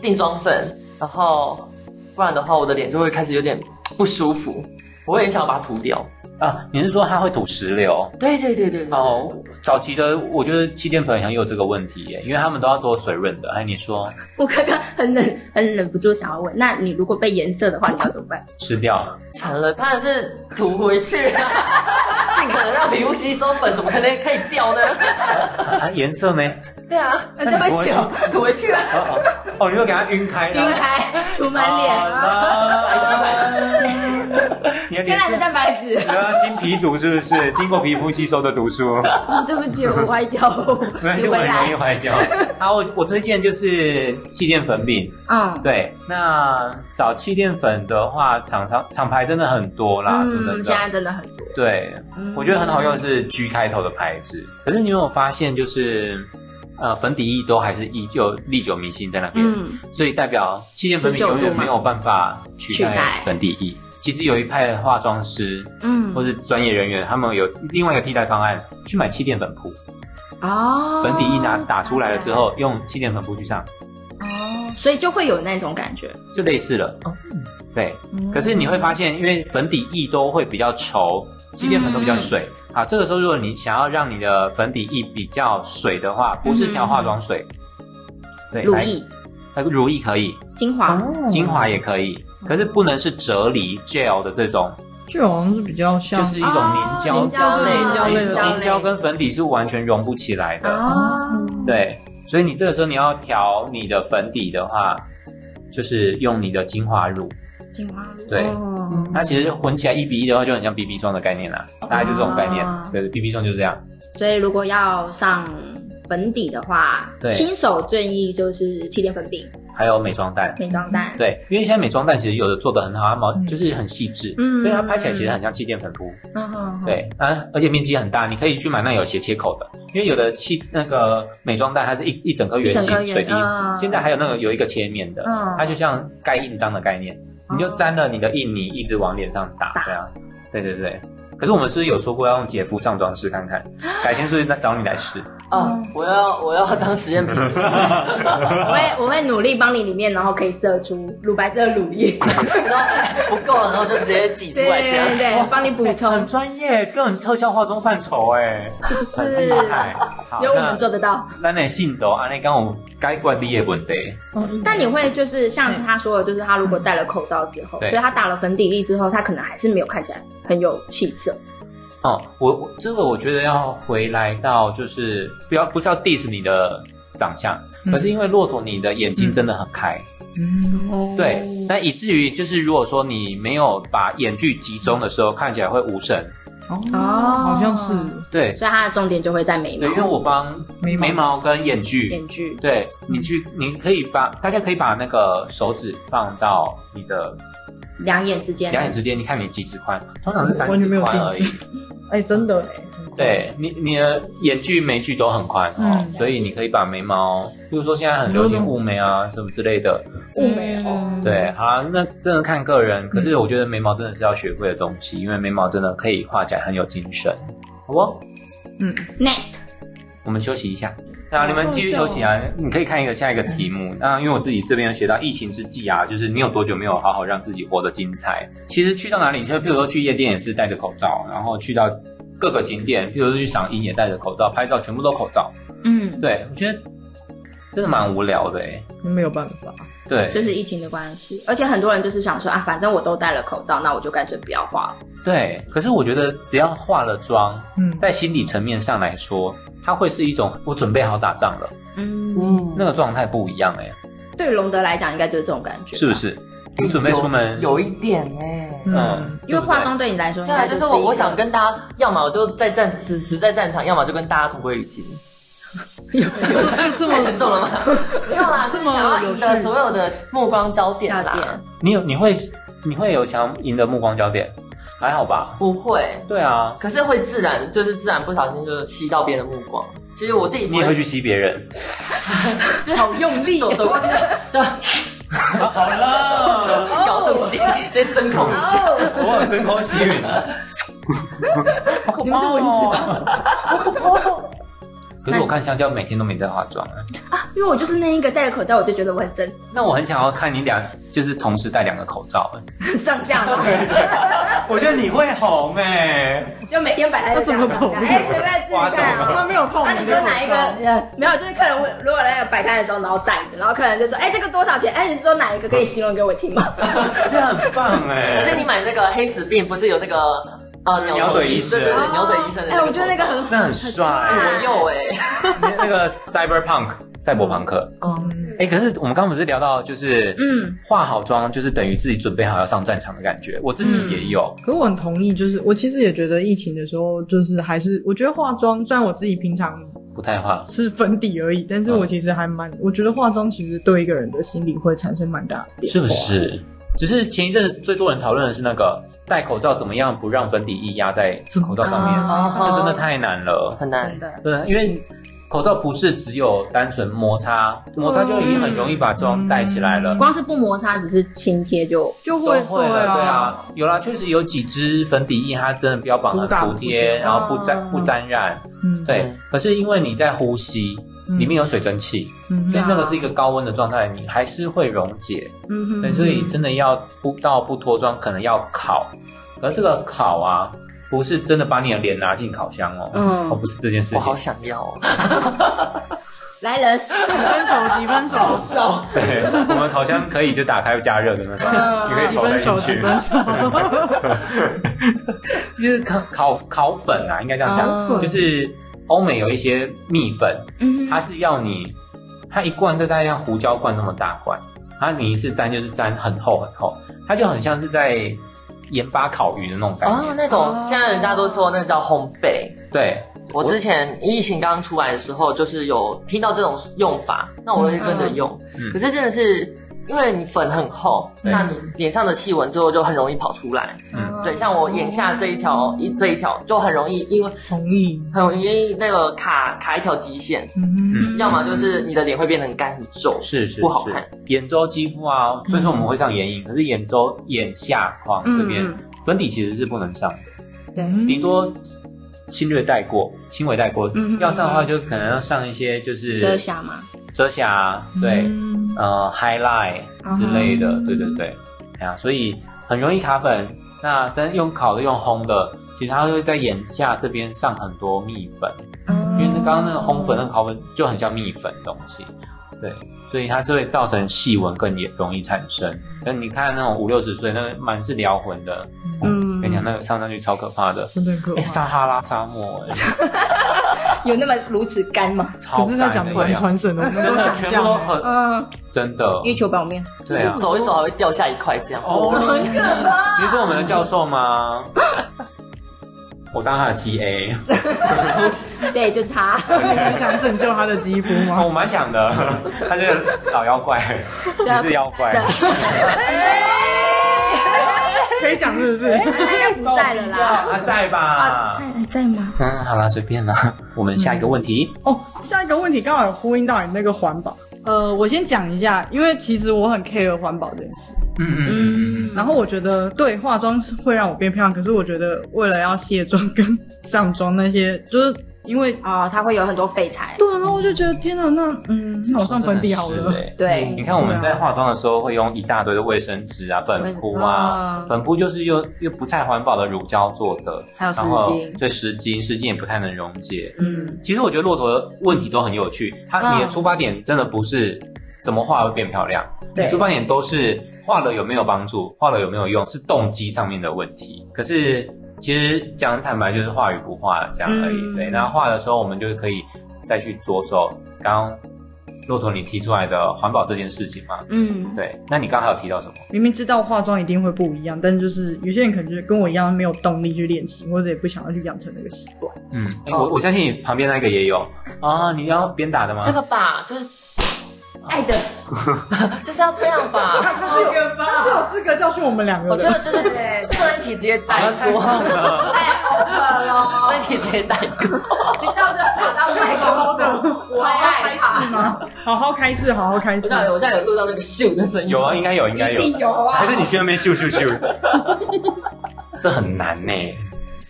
S3: 定妆粉，然后不然的话，我的脸就会开始有点不舒服。我会很想要把它涂掉。
S1: 啊，你是说它会吐石榴？
S3: 对对对对，对
S1: 哦，，早期的我觉得气垫粉很有这个问题耶，因为他们都要做水润的。哎，你说
S2: 我刚刚很忍很忍不住想要问，那你如果被颜色的话，你要怎么办？
S1: 吃掉？
S3: 惨了，当然是涂回 去，尽可能让皮肤吸收粉，怎么可能可以掉呢？
S1: 啊，颜色呢？
S3: 对啊，
S2: 那这么久，
S3: 涂回去啊。
S1: 哦哦哦，你就给它晕开了，
S2: 晕开，涂满
S1: 好
S2: 脸，
S1: 了，
S3: 还是
S1: 你的
S2: 天
S1: 脸
S2: 然
S1: 是
S2: 的蛋白质。
S1: 你要金皮毒是不是？经过皮肤吸收的毒素，
S2: 嗯对不起，我歪掉，
S1: 没关
S2: 你
S1: 系，我
S2: 回
S1: 很容易
S2: 来。
S1: 坏掉。好，我我推荐就是气垫粉饼，
S2: 嗯，
S1: 对，那找气垫粉的话，厂商厂牌真的很多啦，真的
S2: 嗯，现
S1: 的。
S2: 在真的很多。
S1: 对，
S2: 嗯
S1: 我觉得很好用的是 G 开头的牌子。可是你有没有发现，就是呃粉底液都还是依旧历久弥新在那边，
S2: 嗯
S1: 所以代表气垫粉饼
S2: 持久度
S1: 永远
S2: 嘛
S1: 没有办法取
S2: 取代
S1: 代粉底液。其实有一派化妆师
S2: 嗯
S1: 或是专业人员，他们有另外一个替代方案，去买气垫粉扑，
S2: 哦，
S1: 粉底液拿打出来了之后，用气垫粉扑去上，
S2: 哦，所以就会有那种感觉。
S1: 就类似了。
S2: 哦
S1: 对，
S2: 嗯
S1: 可是你会发现，因为粉底液都会比较稠，气垫粉都比较水。
S2: 嗯
S1: 好，这个时候如果你想要让你的粉底液比较水的话，不是调化妆水，对，
S2: 嗯乳
S1: 来
S2: 液、
S1: 呃乳液可以，
S2: 精华，
S4: 嗯
S1: 精华也可以，可是不能是啫喱 gel 的这种，
S4: 这好像是比较像，
S1: 就是一种凝胶
S2: 凝胶
S4: 类凝胶类
S1: 凝
S4: 的
S1: 凝胶啊跟粉底是完全融不起来的。
S2: 哦，
S1: 对，所以你这个时候你要调你的粉底的话，就是用你的精华乳。
S2: 精华乳
S1: 对
S2: 哦
S1: 它其实混起来一比一的话，就很像 BB 霜的概念啦，大概就这种概念
S2: 啊。
S1: 对，BB 霜就是这样。
S2: 所以如果要上粉底的话，
S1: 对
S2: 新手建议就是气垫粉饼、
S1: 还有美妆蛋。
S2: 美妆蛋。
S1: 对，因为现在美妆蛋其实有的做的很好，它毛
S4: 嗯
S1: 就是很细致，
S2: 嗯
S1: 所以它拍起来其实很像气垫粉扑。
S2: 嗯嗯，
S1: 对，啊，而且面积很大，你可以去买那有斜切口的，因为有的气那个美妆蛋它是一一整颗圆
S2: 一整颗
S1: 形
S2: 圆
S1: 水滴
S2: 嗯，
S1: 现在还有那个有一个切面的，
S2: 嗯哦
S1: 它就像盖印章的概念，你就沾了你的印泥一直往脸上打
S2: 打，
S1: 对啊，对对对，可是我们是不是有说过要用姐夫上妆试看看？改天是不是再找你来试？
S3: 啊！我要我要当实验品，
S2: 我会我会努力帮你里面，然后可以射出乳白色的 乳液，
S3: 然后不够了，然后就直接挤出
S2: 对
S3: 来这
S2: 对对
S3: 样。
S2: 对，帮你补充
S1: 啊 很，专业，个人特效化妆范畴哎，
S2: 是不
S1: 很
S2: 是
S1: 厉？害。好
S2: 只有我们。做得到。
S1: 那咱的信都安尼讲，我该怪你的问题。
S2: 但你会就是像他说的，就是他如果戴了口罩之后，
S1: 对
S2: 所以他打了粉底液之后，他可能还是没有看起来很有气色。
S1: 哦，我我这个我觉得要回来到就是不要不是要 diss 你的长相，
S4: 嗯
S1: 而是因为骆驼你的眼睛真的很开，
S4: 嗯，
S1: 对，那以至于就是如果说你没有把眼距集中的时候，看起来会无神。
S4: 哦，
S2: 哦
S4: 好像是
S1: 对
S2: 所以他的重点就会在眉毛
S1: 对，因、为我帮
S4: 眉毛嗯
S1: 眉毛跟眼距，
S2: 眼距。
S1: 对你去，你可以把大家可以把那个手指放到你的
S2: 两眼之间，
S1: 两眼之间，你看你几指宽，通常是三
S4: 完全
S1: 指
S4: 没有
S1: 宽
S4: 镜
S1: 而已。
S4: 子，哎，真的哎，
S1: 对你你的眼距眉距都很宽哦，
S4: 嗯
S1: 所以你可以把眉毛，比如说现在很流行雾眉啊什么之类的，
S4: 雾眉哦
S2: 嗯，
S1: 对，好、啊，那真的看个人。可是我觉得眉毛真的是要学会的东西，因为眉毛真的可以画起来很有精神，好不？
S4: 嗯，
S2: Next，
S1: 我们休息一下，那你们继续休息啊。你可以看一个下一个题目。那因为我自己这边有写到疫情之际啊，就是你有多久没有好好让自己活得精彩？其实去到哪里，就譬如说去夜店也是戴着口罩，然后去到各个景点，譬如说去赏樱也戴着口罩，拍照全部都口罩。
S2: 嗯，
S1: 对，我觉得真的蛮无聊的哎、
S4: 没有办法，
S1: 对，
S2: 就是疫情的关系，而且很多人就是想说啊，反正我都戴了口罩，那我就干脆不要化了。
S1: 对。可是我觉得只要化了妆，
S4: 嗯，
S1: 在心理层面上来说，它会是一种我准备好打仗了，
S2: 嗯，
S3: 嗯
S1: 那个状态不一样哎、
S2: 对于龙德来讲，应该就是这种感觉，
S1: 是不？是？你准备出门，
S3: 有有一点哎、
S1: 嗯
S4: 嗯，
S2: 因
S1: 对
S2: 为
S1: 不对
S2: 化妆对你来说，应
S3: 再
S2: 该
S3: 来啊就是
S2: 是
S3: 我，
S2: 一个
S3: 我想跟大家，要么我就在战死死在战场，要么就跟大家同归于尽。
S4: 这
S3: 太沉重了吗？没有啦，就
S4: 这
S3: 是
S4: 么
S3: 想要赢得
S4: 有趣
S3: 所有的目光焦点
S2: 焦
S3: 啦。
S2: 点
S1: 你有你会你会有想赢的目光焦点，还好吧？
S3: 不会，
S1: 对啊，
S3: 可是会自然，就是自然不小心就吸到别人的目光。其实我自己不
S1: 你也会去吸别人。
S3: 好用力走走过去，就
S1: 好 了，
S3: 高速吸，再真空一下。
S2: 哦，
S1: 我有真空吸吮 了。
S4: 你们是蚊子吧？
S3: 哦
S1: 可是我看香蕉每天都没在化妆啊，
S2: 因为我就是那一个戴了口罩，我就觉得我很真
S1: 那我很想要看你俩就是同时戴两个口罩、欸
S2: 上相嘛，
S1: 我觉得你会红哎、
S2: 就每天摆在这上
S4: 那怎么
S2: 相，
S4: 走
S2: 哎，随便自己看啊。
S4: 他没有空，
S2: 那你说哪一个？呃，没有，就是客人问，如果来有摆摊的时候，然后带着，然后客人就说：“哎，这个多少钱？”哎，你是说哪一个？可以形容给我听吗？
S1: 这很棒哎、
S3: 可是你买那个黑死病，不是有那个呃
S1: 鸟嘴医生
S3: 对对对，鸟嘴医生的那
S2: 哎，
S3: 个。
S2: 我觉得那个很
S1: 那很帅、
S3: 哎
S2: 很帅
S3: 我有哎，
S1: 那个 cyberpunk 赛博朋克。
S4: 嗯，
S1: 哎、可是我们刚刚不是聊到就是，
S2: 嗯，
S1: 化好妆就是等于自己准备好要上战场的感觉，我自己
S3: 嗯
S1: 也有。
S4: 可我很同意，就是我其实也觉得疫情的时候，就是还是我觉得化妆，虽然我自己平常
S1: 不太化，
S4: 是粉底而已，但是我其实还蛮，我觉得化妆其实对一个人的心理会产生蛮大的变化，
S1: 是不？是？只是前一阵子最多人讨论的是那个戴口罩怎么样不让粉底液压在口罩上面，
S3: 哦
S1: 这真的太难了。
S3: 很难
S2: 真。的，
S1: 对，啊因为口罩不是只有单纯摩擦，摩擦就已经很容易把妆带起来了。
S2: 光是不摩擦，只是轻贴就
S4: 就
S1: 都
S4: 会
S1: 会了，对
S4: 啊，
S1: 啊，有啦，确实有几支粉底液，它真的标榜很
S4: 主打
S1: 服帖，
S4: 服帖
S1: 然后不沾不沾染，
S4: 嗯，
S1: 对
S3: 嗯。
S1: 可是因为你在呼吸，
S4: 嗯
S1: 里面有水蒸气，
S4: 嗯
S1: 所以
S2: 啊
S1: 那个是一个高温的状态，你还是会溶解。
S2: 嗯哼
S1: 对，所以真的要不到不脱妆，可能要烤。而这个烤啊，不是真的把你的脸拿进烤箱哦，
S2: 嗯
S1: 哦，不是这件事
S3: 我好
S1: 情。
S3: 想要哦，
S2: 来人，
S4: 分手几分手，
S3: 手
S1: 对，我们烤箱可以就打开加热的那种，你可以
S4: 几
S1: 烤在
S4: 分
S1: 进
S4: 手几
S1: 去。
S4: 分手，
S1: 就是烤烤烤粉啊，应该这样
S2: 烤
S1: 讲，
S4: 粉
S1: 就是欧美有一些蜜粉，
S2: 嗯
S1: 它是要你，它一罐就大概像胡椒罐那么大罐，它你一次沾就是沾很厚很厚，它就很像是在盐巴烤鱼的那种感觉。
S3: 哦，那种现在人家都说那叫烘焙，
S1: 对，
S3: 我之前疫情刚出来的时候，就是有听到这种用法，那我会跟着用。
S1: 嗯
S3: 可是真的是因为你粉很厚，
S1: 对
S3: 那你脸上的细纹之后就很容易跑出来。
S2: 哦
S1: 嗯
S3: 对，像我眼下这一条一这一条就很容易，因为
S4: 同意，
S3: 很容易那个卡卡一条极限，
S4: 嗯，
S3: 要么就是你的脸会变得很干很皱。
S1: 是是
S3: 不好
S1: 是
S3: 看
S1: 眼周肌肤啊，虽然说我们会上眼影，可是眼周眼下眶这边、
S2: 嗯
S1: 粉底其实是不能上的。
S2: 对，
S1: 顶多侵略带过、轻微带过。
S2: 嗯
S1: 要上的话，就可能要上一些就是
S2: 遮瑕嘛，
S1: 遮瑕，对，
S4: 嗯
S1: 呃，highlight 之类的，对对对，哎呀，所以很容易卡粉。那但是用烤的、用烘的，其实它会在眼下这边上很多蜜粉，因为那刚刚那个烘粉、那个烤粉就很像蜜粉的东西，对，所以它就会造成细纹更也容易产生。那你看那种五六十岁，那个满是撩魂的，
S2: 嗯
S1: 跟你讲那个唱上去超可怕的，
S4: 真的很可
S1: 哎、
S4: 怕。
S1: 撒哈拉沙 漠、哎，
S2: 有那么如此干吗？
S1: 超
S4: 可是
S1: 干
S4: 他
S1: 的
S4: 讲
S1: 那
S4: 环
S1: 样，
S4: 传神的，我们
S1: 真
S4: 都
S1: 的
S4: 想
S1: 全部都
S4: 象。
S1: 很
S4: 嗯，
S1: 真的，
S2: 欲求表面，
S1: 对啊，
S3: 走一走还会掉下一块这样。
S1: 哦，很可怕！你是我们的教授 吗？我当他的 TA，
S2: 对，就是 他。
S4: 你想拯救他的肌肤吗？
S1: 我蛮想的， 他是老妖怪，
S2: 对啊
S1: 你是妖怪，
S4: 可以讲是不是？
S2: 他应该不在了啦。
S1: 哦他在吧？
S2: 在在吗？
S1: 嗯，好啦，随便啦。我们下一个问题，
S4: 哦，下一个问题刚好有呼应到你那个环保。呃，我先讲一下，因为其实我很 care 环保这件事。
S1: 嗯嗯嗯嗯
S4: 然后我觉得，对化妆是会让我变漂亮，可是我觉得为了要卸妆跟上妆那些，就是因为
S2: 哦，他会有很多废材。
S4: 对啊，然后我就觉得天哪，那嗯，那我上粉底好
S1: 真的
S4: 了
S1: 是。欸
S2: 对，
S1: 你看我们在化妆的时候会用一大堆的卫生纸啊、粉扑啊
S4: 啊，
S1: 粉扑就是又又不太环保的乳胶做的，
S2: 还有湿
S1: 然后
S2: 巾
S1: 对湿巾，湿巾也不太能溶解，
S2: 嗯，
S1: 其实我觉得骆驼的问题都很有趣，它
S2: 嗯
S1: 你的出发点真的不是怎么画会变漂亮，嗯
S2: 对
S1: 你出发点都是画了有没有帮助，画了有没有用，是动机上面的问题。可是其实讲坦白就是画与不画这样而已。
S2: 嗯
S1: 对，那画的时候我们就可以再去着手刚刚骆驼你提出来的环保这件事情嘛。
S2: 嗯，
S1: 对，那你刚刚还有提到什么？
S4: 明明知道化妆一定会不一样，但就是有些人可能就跟我一样没有动力去练习，或者也不想要去养成那个习惯。
S1: 嗯，诶
S3: 哦
S1: 我我相信你旁边那个也有啊，你要鞭打的吗？
S3: 这个吧，就是
S2: 爱的，
S3: 就是要这样吧。
S4: 他是有他是有资格教训我们两个
S3: 我
S4: 的。
S3: 真的就是
S2: 对
S3: 这一题直接带
S1: 啊太
S3: 过，
S1: 棒了。
S2: 太 over 了，
S3: 这一题直接带过。
S2: 你到这跑到外
S4: 好好
S2: 国，
S4: 的，
S2: 我还害
S4: 是
S2: 怕，
S4: 吗？好好开始，好好开
S3: 我
S4: 始
S3: 这。样有，我这样有录到那个咻的声 音。
S1: 有啊，应该有，应该
S2: 一
S1: 有，
S2: 定有啊
S1: 还。是你去那边咻咻咻？ 这很难呢、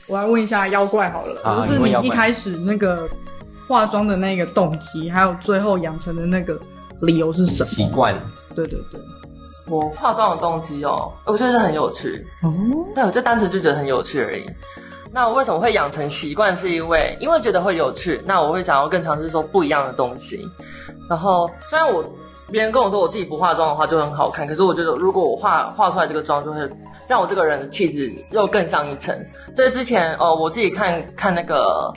S4: 我来问一下妖怪好了，
S1: 啊
S4: 就是
S1: 你问
S4: 你
S1: 妖怪
S4: 一开始那个化妆的那个动机，还有最后养成的那个理由是什
S1: 习
S4: 么？
S1: 惯
S4: 对对对，
S3: 我化妆的动机哦，我觉得很有趣。
S4: 哦，
S3: 对，我就单纯就觉得很有趣而已。那我为什么会养成习惯？是因为因为觉得会有趣，那我会想要更尝试说不一样的东西。然后虽然我别人跟我说我自己不化妆的话就很好看，可是我觉得如果我化化出来这个妆，就会让我这个人的气质又更上一层。就是之前哦，呃我自己看看那个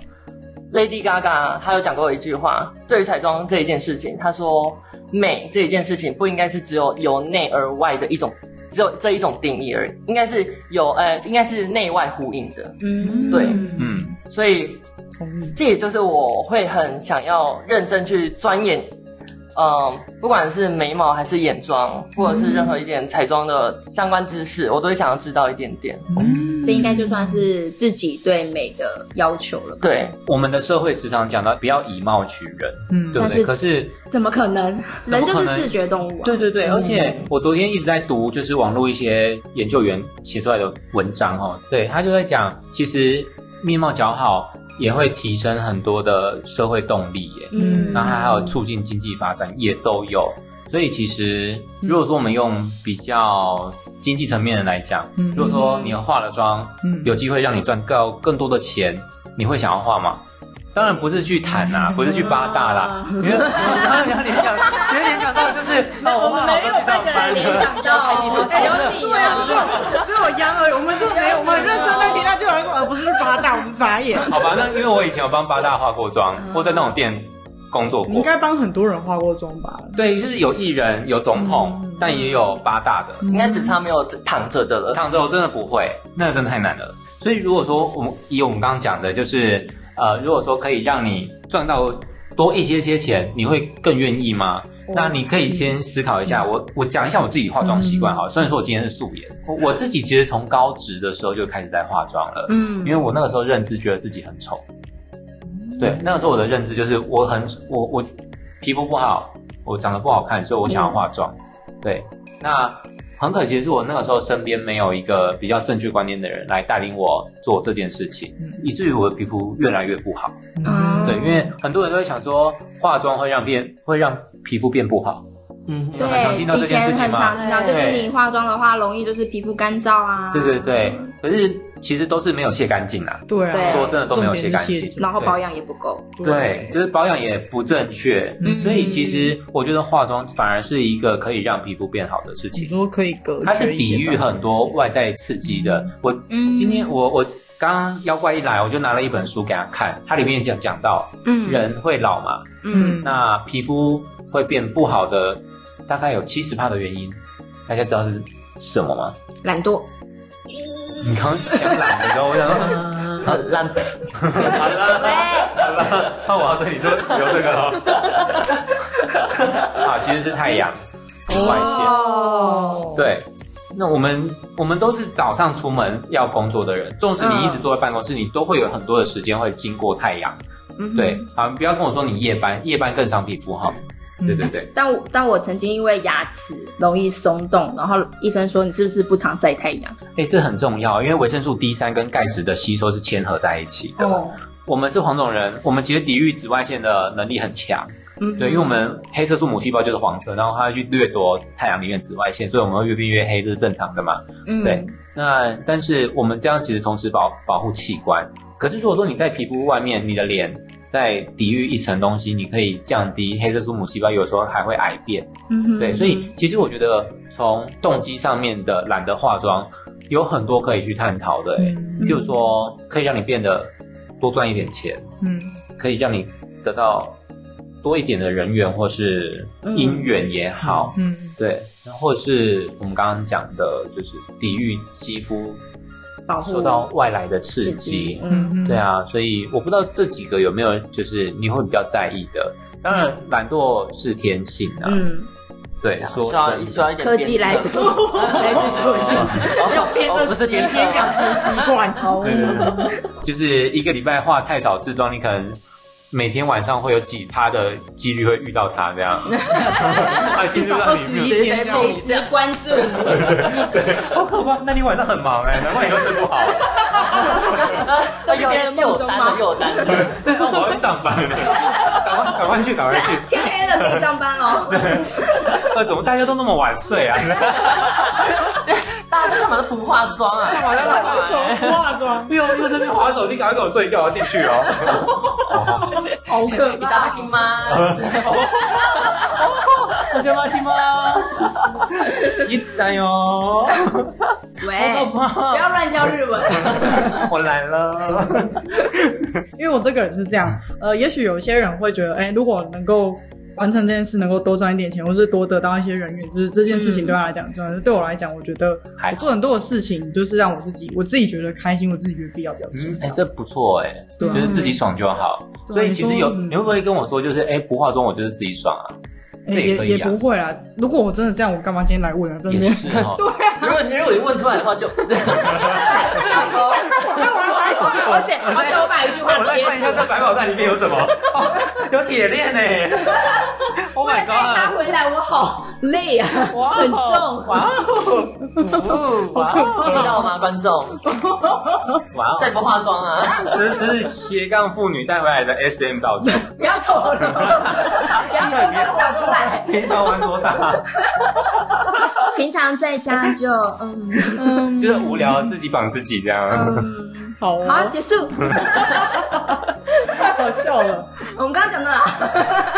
S3: Lady Gaga，她有讲过一句话，对于彩妆这一件事情，她说美这一件事情不应该是只有由内而外的一种，只有这一种定义而已，应该是有呃，应该是内外呼应的。
S2: 嗯
S3: 对
S1: 嗯，
S3: 所以
S4: 同意。
S3: 这也就是我会很想要认真去钻研，嗯、不管是眉毛还是眼妆，或者是任何一点彩妆的相关知识，我都会想要知道一点点。
S2: 这应该就算是自己对美的要求了吧？
S3: 对，
S1: 我们的社会时常讲到不要以貌取人，
S4: 嗯
S1: 对不
S2: 但
S1: 对？
S2: 是
S1: 可是，
S2: 怎么可能？
S1: 怎么可能
S2: 人就是视觉动物啊。
S1: 对对对，
S4: 嗯
S1: 而且我昨天一直在读，就是网络一些研究员写出来的文章哦，对他就在讲，其实面貌姣好也会提升很多的社会动力耶。
S2: 嗯，
S1: 然后它还有促进经济发展也都有。所以其实如果说我们用比较经济层面的来讲，
S4: 嗯
S1: 如果说你化了妆，
S4: 嗯
S1: 有机会让你赚到更多的钱，你会想要化吗？当然不是去谈啦、不是去八大啦
S2: 啊，
S1: 因为我刚刚有联想，有联想到就是，哦那
S2: 我们没有半个人联想到，
S1: 哎
S2: 还有你
S4: 对啊，只
S2: 哦。
S4: 有只有央而已，我们是没有，我们认真在听，他就有人说，呃，不是去发大，我们傻眼。
S1: 好吧，那因为我以前有帮八大化过妆，或在那种店工作
S4: 你应
S1: 过。
S4: 该帮很多人化过妆吧？
S1: 对，就是有艺人，有总统，但也有八大的。
S3: 应该只差没有躺着的了。
S1: 烫之后真的不会，那真的太难了。所以如果说我们以我们刚刚讲的，就是呃，如果说可以让你赚到多一些些钱，你会更愿意吗？那你可以先思考一下，我我讲一下我自己化妆习惯好了。虽然说我今天是素颜，我我自己其实从高职的时候就开始在化妆了，
S2: 嗯
S1: 因为我那个时候认知觉得自己很丑。
S2: 嗯
S1: 对，那个时候我的认知就是我很我
S2: 嗯
S1: 我皮肤不好，我长得不好看，所以我想要化妆。对，那很可惜的是，我那个时候身边没有一个比较正确观念的人来带领我做这件事情，
S4: 嗯
S1: 以至于我的皮肤越来越不好。
S2: 嗯
S1: 对，因为很多人都会想说，化妆会让变会让皮肤变不好，
S3: 嗯哼，
S1: 对很常听到
S2: 对，以
S1: 这件事
S2: 前
S1: 情
S2: 很
S1: 嘛
S2: 常听到，就是
S1: 对
S2: 你化妆的话，容易就是皮肤干燥啊，
S1: 对对对，可是其实都是没有卸干净啦。
S4: 对啊，
S2: 对
S1: 说真的都没有卸干
S4: 重点
S1: 净
S4: 是，卸
S2: 然后保养也不够，
S1: 对，就是保养也不正确，
S2: 嗯
S1: 所以其实我觉得化妆反而是一个可以让皮肤变好的事
S4: 你
S1: 情。
S4: 说可以隔绝
S1: 它是
S4: 一
S1: 抵
S4: 些
S1: 御
S4: 脏
S1: 很多
S4: 东西
S1: 外在刺激的。我
S2: 嗯
S1: 今天我我刚刚妖怪一来，我就拿了一本书给他看，它里面讲讲到
S2: 嗯
S1: 人会老嘛，
S2: 嗯
S1: 那皮肤会变不好的，大概有七十帕的原因，大家知道是什么吗？懒
S2: 惰。
S1: 你刚刚讲懒的时候，我想说，
S3: 很烂，
S1: 好了，
S2: 哎
S1: 好了，那我要对你说只有这个了。 啊，其实是太阳，紫外线。
S2: 哦，
S1: 对，那我们我们都是早上出门要工作的人，纵使你一直坐在办公室，你都会有很多的时间会经过太阳。
S2: 嗯哼
S1: 对，啊，不要跟我说你夜班，夜班更伤皮肤哈。
S2: 嗯
S1: 对对对，
S2: 但我但我曾经因为牙齿容易松动，然后医生说你是不是不常晒太阳？
S1: 哎、这很重要，因为维生素 D 三跟钙质的吸收是嵌合在一起的。
S2: 哦，
S1: 我们是黄种人，我们其实抵御紫外线的能力很强。
S2: 嗯
S1: 对，因为我们黑色素母细胞就是黄色，然后它会去掠夺太阳里面紫外线，所以我们会越变越黑，这是正常的嘛。
S2: 嗯
S1: 对，那但是我们这样其实同时保保护器官。可是如果说你在皮肤外面，你的脸在抵御一层东西，你可以降低黑色素母细胞，有时候还会癌变。
S2: 嗯哼
S1: 对，所以其实我觉得从动机上面的懒得化妆，有很多可以去探讨的、欸。
S4: 嗯
S1: 譬如说，可以让你变得多赚一点钱，
S4: 嗯，
S1: 可以让你得到多一点的人缘或是姻缘也好。
S4: 嗯，
S1: 对，然后或者是我们刚刚讲的，就是抵御肌肤
S2: 保护
S1: 受到外来的刺
S2: 自
S1: 激
S2: 己，。
S4: 嗯
S2: 嗯，
S4: 嗯
S1: 对，啊，所以我不知道这几个有没有就是你会比较在意的。当然，懒惰是天性啊，
S2: 嗯，
S1: 对，说
S3: 需要
S1: 真的
S3: 需要一点
S2: 科技来
S3: 鞭
S2: 自
S3: 策
S2: 来自科技，
S3: 哦哦不是
S4: 已
S3: 鞭策
S4: 经养成习惯。
S1: 对对对，就是一个礼拜化太少自妆，你可能每天晚上会有几趴的几率会遇到它这 样，啊，几率让你没有
S4: 21
S3: 谁谁
S4: 天啊
S3: 送
S2: 随
S3: 你
S2: 时关注，
S1: 好可怕。那你晚上很忙哎、 难怪你都睡不好。
S2: 都有人
S3: 又有
S2: 梦中
S3: 单
S2: 吗
S3: 的？又有单的，
S1: 那我要去上班了，赶快赶快去，赶快 去。
S2: 天黑了可以上班哦。
S1: 那怎么大家都那么晚睡 啊？
S3: 大家都干嘛都不化妆啊？干嘛
S4: 为什么化妆？
S1: 又又这边划手机，赶快给我睡觉，我要进去哦。
S4: 好可
S3: 你打打
S4: 怕！
S3: 听吗？
S1: 我先骂新吗？一哎呦，
S2: 喂，不要乱教日文。
S1: 我来了。
S4: 因为我这个人是这样，呃，也许有些人会觉得，哎，如果能够完成这件事，能够多赚一点钱，或是多得到一些人员，就是这件事情对他来讲很重要。但是对我来讲，我觉得
S1: 还
S4: 我
S1: 好
S4: 做很多的事情，就是让我自己，我自己觉得开心，我自己觉得必要比较重
S1: 嗯，哎、
S4: 要。
S1: 这不错哎、
S4: 对啊
S1: 就是自己爽就好。
S4: 对啊
S1: 所以其实有，
S4: 你说嗯
S1: 你会不会跟我说，就是哎、不化妆我就是自己爽啊？这也可
S4: 也
S1: 以
S4: 也
S1: 啊
S4: 不，会啦。如果我真的这样，我干嘛今天来问啊？这
S1: 也
S4: 边
S1: 是 哦。
S3: 如果你如果你问出来的话，就
S2: 好险，好险，我把一句
S4: 啊
S2: 话
S1: 我来
S2: 接
S1: 看一下
S2: 住。
S1: 这百宝袋里面有什么， 哦、有铁链 呢。Oh
S2: 带
S1: my
S2: 他
S1: god！
S2: 回来，我好累啊，
S1: 哇
S2: 很重。
S1: 哇哦！
S3: 哇，听到吗，观众？
S1: 哇哦！
S3: 再不化妆啊？
S1: 这这是斜杠妇女带回来的 SM 道 具，
S2: 不要透露，不要偷偷讲出来。
S1: 平常玩多大？
S2: 平常在家就嗯
S1: 就是无聊自己绑自己这样。
S2: 嗯，
S4: 好哦，
S2: 好，结束。
S4: 太好笑了。
S2: 我们刚刚讲到哪？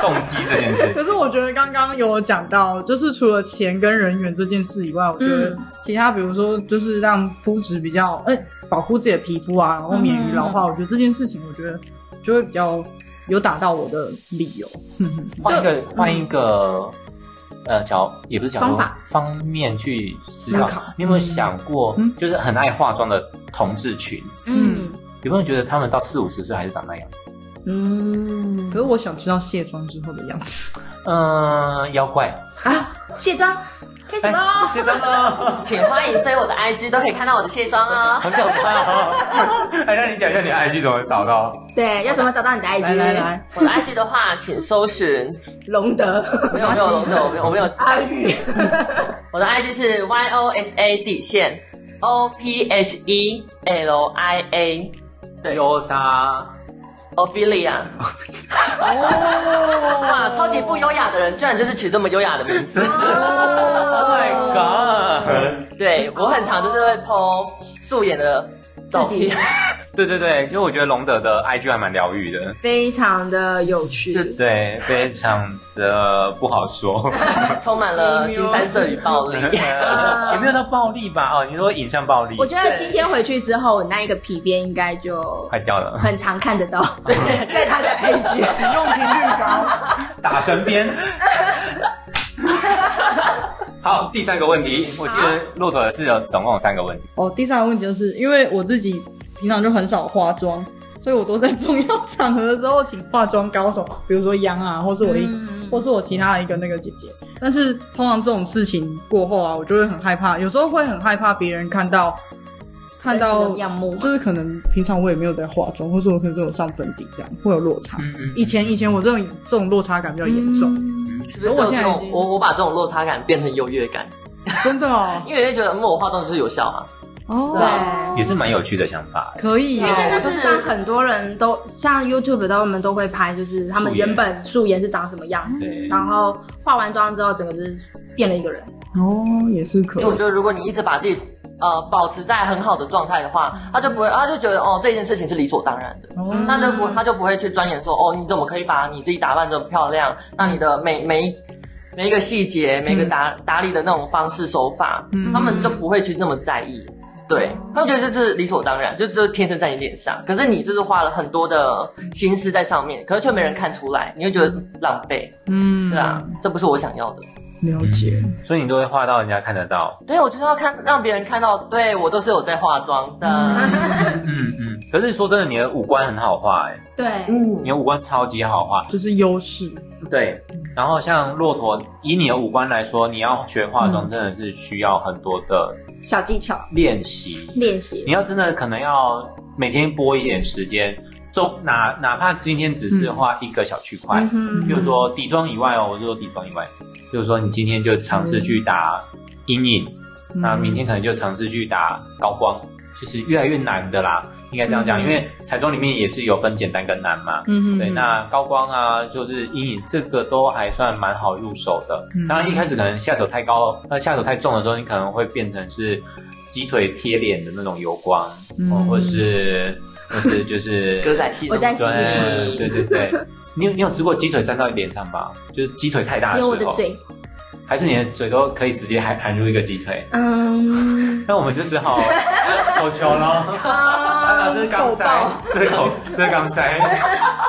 S1: 动机这件事，
S4: 可是我觉得刚刚有讲到，就是除了钱跟人员这件事以外，我觉得
S2: 嗯
S4: 其他比如说就是让肤质比较，哎、保护自己的皮肤啊，然后免于老化，我觉得这件事情，我觉得就会比较有打到我的理由。
S1: 换一个换一个呃角，也不是角度
S2: 方法
S1: 方面去思考。
S4: 思考
S1: 你有没有想过，
S4: 嗯
S1: 就是很爱化妆的同志群，
S2: 嗯
S1: 有没有觉得他们到四五十岁还是长那样？
S2: 嗯
S4: 可是我想知道卸妆之后的样 子。
S1: 嗯、妖怪，
S2: 啊，卸妆开始
S1: 哎
S2: 喽。
S1: 卸妆了，
S3: 请欢迎追我的 IG，都可以看到我的卸妆哦。
S1: 很可怕哦。哎，那你讲一下你的 IG 怎么找到？
S2: 对，要怎么找到你的 IG？
S4: 来来来，
S3: 我的 IG 的话，请搜寻
S2: 隆德，
S3: 没有没有没有没有我没有
S2: 阿玉，
S3: 我的 IG 是 Y O S A 底线 O P H E L I A 对
S1: 优莎，
S3: Ophelia。哇，
S4: 哦
S3: 超级不优雅的人，居然就是取这么优雅的名字。
S1: Oh my god！
S3: 对我很常就是会
S4: 哦
S3: po 素颜的照
S2: 自己
S3: 片，
S1: 对对对，其实我觉得龙德的 IG 还蛮疗愈的，
S2: 非常的有趣。
S3: 这
S1: 对，非常的不好说，
S3: 充满了新三色与暴力。
S1: 也没有到暴力吧？哦，你说影像暴力，
S2: 我觉得
S3: 对
S2: 今天回去之后，我那一个皮鞭应该就
S1: 快掉了，
S2: 很常看得到，在他的 IG。
S4: 使用频率高，
S1: 打神鞭。好，第三个问题，我记得骆驼是有总共有三个问题，
S4: 哦，第三个问题就是因为我自己平常就很少化妆，所以我都在 重要场合的时候请化妆高手，比如说央啊，或是我一、
S2: 嗯
S4: 或是我其他的一个那个姐姐。但是通常这种事情过后啊，我就会很害怕，有时候会很害怕别人看到看
S2: 真实
S4: 到
S2: 的样目
S4: 就是可能平常我也没有在化妆，或是我可能都有上粉底，这样会有落差。
S1: 嗯嗯，
S4: 以前以前我这种这种落差感比较严重，
S2: 嗯
S3: 是不是只有这
S4: 我现在已
S3: 种
S4: 经
S3: 我我把这种落差感变成优越感？
S4: 真的哦
S3: 因为人家觉得，嗯，我化妆就是有效啊。
S2: 对。
S4: 哦，
S1: 也是蛮有趣的想法。
S4: 可以
S2: 因
S4: 哦
S2: 为现在事
S3: 就是
S2: 实上很多人都像 YouTube 他们都会拍，就是他们
S1: 素颜
S2: 原本素颜是长什么样子，
S1: 对，
S2: 然后化完妆之后，整个就是变了一个人。
S4: 哦，也是可
S3: 因为我
S4: 以
S3: 觉。得，如果你一直把自己呃保持在很好的状态的话，
S4: 嗯
S3: 他就不会，他就觉得哦这件事情是理所当然的。
S4: 哦
S3: 那就不，他就不会去钻研说哦，你怎么可以把你自己打扮这么漂亮？那你的每每一每一个细节，每一个打、打理的那种方式手法，
S4: 嗯
S3: 他们就不会去那么在意。对他们觉得这是理所当然，就这天生在你脸上。可是你就是花了很多的心思在上面，可是却没人看出来，你会觉得浪费，
S4: 嗯
S3: 对啊，这不是我想要的。
S4: 了解。
S1: 所以你都会画到人家看得到。
S3: 对，我就是要看让别人看到，对我都是有在化妆的。
S1: 嗯嗯，可是说真的，你的五官很好画，哎，
S2: 对，
S3: 嗯
S1: 你的五官超级好画。
S4: 就是优势，
S1: 对，然后像骆驼，以你的五官来说，你要学化妆真的是需要很多的
S2: 小技巧
S1: 练习，
S2: 练习
S1: 你。要真的可能要每天拨一点时间，中哪哪怕今天只是画一个小区块，
S2: 嗯
S1: 比如说底妆以外哦，我是说底妆以外，比如说你今天就尝试去打阴影，
S4: 嗯
S1: 那明天可能就尝试去打高光，就是越来越难的啦，应该这样讲，
S4: 嗯
S1: 因为彩妆里面也是有分简单跟难嘛，
S4: 嗯哼
S1: 对，那高光啊，就是阴影这个都还算蛮好入手的。
S4: 嗯
S1: 当然一开始可能下手太高，呃，下手太重的时候，你可能会变成是鸡腿贴脸的那种油光，
S4: 嗯
S1: 哦或者是或是就 是
S3: 歌仔戏，
S2: 我在
S1: 对
S2: 洗，
S1: 对对对。你有你有吃过鸡腿沾到脸上吧？就是鸡腿太大的时
S2: 只有
S1: 候，
S2: 我的嘴，
S1: 还是你的嘴都可以直接含含入一个鸡腿？
S2: 嗯，
S1: 那我们就只好口球喽。
S2: 啊
S1: 这是钢塞，这是口，这是钢塞。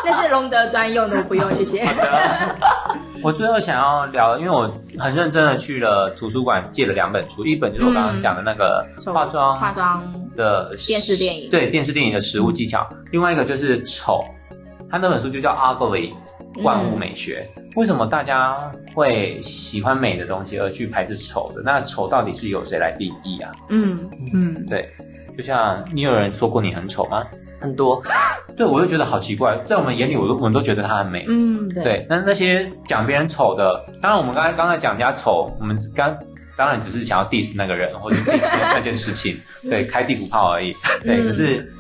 S2: 那是隆德专用的，我不用，谢谢。
S1: 我最后想要聊，因为我很认真的去了图书馆借了两本书，一本就是我刚刚讲的那个 化妆
S2: 嗯化妆
S1: 的
S2: 电视电影
S1: 对电视电影的实物技巧，另外一个就是丑，它那本书就叫 Ugly 万
S2: 嗯
S1: 物美学。为什么大家会喜欢美的东西而去排斥丑的？那丑到底是由谁来定义啊？
S2: 嗯，
S4: 嗯，
S1: 对，就像你有人说过你很丑吗？
S3: 很多，
S1: 对，我就觉得好奇怪，在我们眼里，我都我们都觉得她很美。
S2: 嗯，对，
S1: 对，那那些讲别人丑的，当然我们刚才刚才讲人家丑，我们刚当然只是想要 diss 那个人或者 diss 那件事情，对，开地图炮而已。对，
S2: 嗯
S1: 可是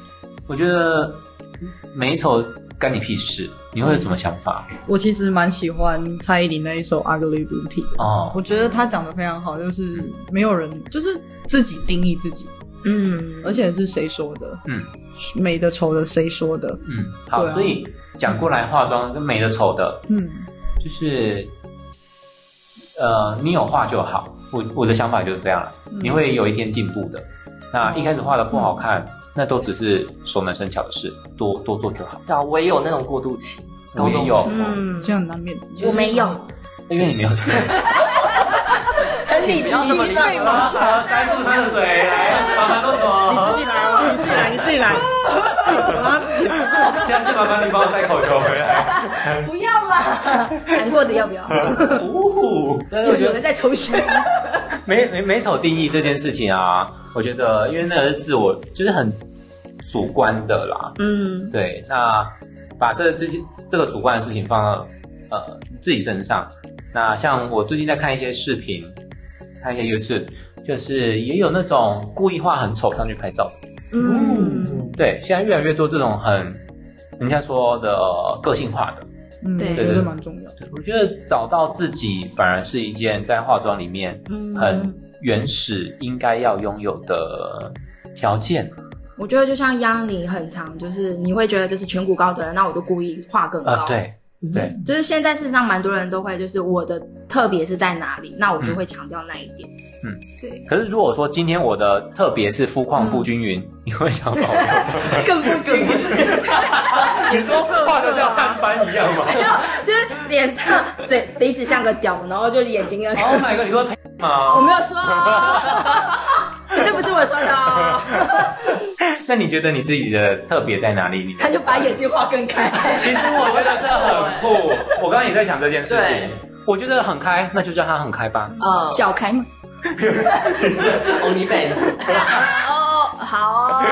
S1: 我觉得美丑干你屁事，你会有什么想法？
S4: 我其实蛮喜欢蔡依林那一首《Ugly Beauty》的，
S1: 哦，
S4: 我觉得她讲的非常好，就是没有人就是自己定义自己，
S2: 嗯，
S4: 而且是谁说的，
S1: 嗯，
S4: 美的丑的谁说的，
S1: 嗯，好，
S4: 对啊
S1: 所以讲过来化妆跟美的丑的，
S4: 嗯，
S1: 就是呃，你有画就好。我我的想法就是这样了，
S4: 嗯
S1: 你会有一天进步的。那一开始画的不好看，那都只是熟能生巧的事，多多做就好。
S3: 对啊，我也有那种过渡期，
S1: 我
S3: 高
S1: 也
S3: 中
S1: 有
S3: 时候
S2: 嗯
S4: 这，样难免。
S2: 我没有，
S1: 因为你没有这个。
S2: 很理
S3: 不要这么理解嘛
S1: 三叔他的嘴来，麻烦骆驼，
S4: 自己来哦，你自己来，你自己来，我让自己来。
S1: 下次麻烦你帮我带口球回来。
S2: 不要啦，难过的要不要？
S1: 呜，但是我觉
S2: 有
S1: 得
S2: 人在抽血，
S1: 美美美丑定义这件事情啊，我觉得因为那个是自我，就是很主观的啦。
S2: 嗯，
S1: 对，那把这这件这个主观的事情放到呃自己身上。那像我最近在看一些视频，看一些 YouTube，就是也有那种故意画很丑上去拍照的。
S2: 嗯，
S1: 对，现在越来越多这种很人家说的呃个性化的。
S4: 嗯，
S2: 对
S4: 我觉得蛮重要的。
S1: 对我觉得找到自己反而是一件在化妆里面
S2: 嗯
S1: 很原始应该要拥有的条件。
S2: 我觉得就像央你很长，就是你会觉得就是颧骨高的人，那我就故意画更高。嗯
S1: 呃，，对对，
S2: 就是现在事实上蛮多人都会，就是我的特别是在哪里，那我就会强调那一点。
S1: 嗯，
S2: 对，
S1: 可是如果说今天我的特别是肤况不均匀，你会想保留？
S2: 更不均匀，
S1: 你说画的像汉班一样吗
S2: 就是脸上嘴鼻子像个屌，然后就眼睛跟……
S1: ？Oh my god！你说配
S2: 我
S1: 吗？
S2: 没有说、哦，绝对不是我说的哦。
S1: 那你觉得你自己的特别在哪里？你
S2: 他就把眼睛画更开。
S1: 其实我觉得这很酷。我刚刚也在想这件事
S3: 对
S1: 情，我觉得很开，那就让它很开吧。
S3: 嗯，
S2: 脚开吗？
S3: OnlyFans，
S2: 哦，好哦，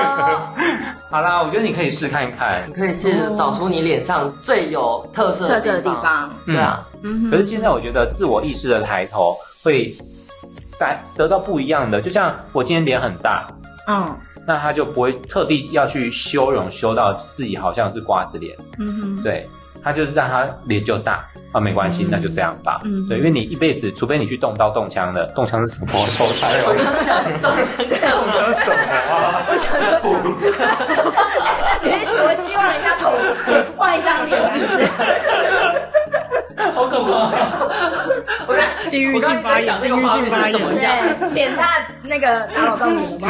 S1: 好啦，我觉得你可以试看看
S3: 你。可以试着找出你脸上最有特色
S2: 特色的
S3: 的
S2: 地
S3: 方。
S2: 方。
S1: 嗯
S3: 对啊，
S2: 嗯哼
S1: 可是现在我觉得自我意识的抬头会带得到不一样的，就像我今天脸很大，
S2: 嗯
S1: 那他就不会特地要去修容，修到自己好像是瓜子脸，
S2: 嗯哼，
S1: 对他就是让他脸就大啊，没关系，
S2: 嗯
S1: 那就这样吧。
S2: 嗯
S1: 对，因为你一辈子，除非你去动刀动枪的，动枪是什么？投胎
S3: 我
S1: 哦，
S3: 刚想到这
S1: 动
S3: 样，
S1: 枪什么啊？
S2: 你我希望人家头换一张脸，是不是？
S1: 好可怕！
S3: 啊我刚
S4: 地域
S3: 我刚
S4: 性
S3: 才
S4: 发
S3: 在
S4: 言，
S3: 想
S4: 地
S3: 那个
S4: 域
S3: 画
S4: 性发
S3: 面是怎么
S4: 言，
S3: 样。
S2: 对，脸大那个打扰到你了吗？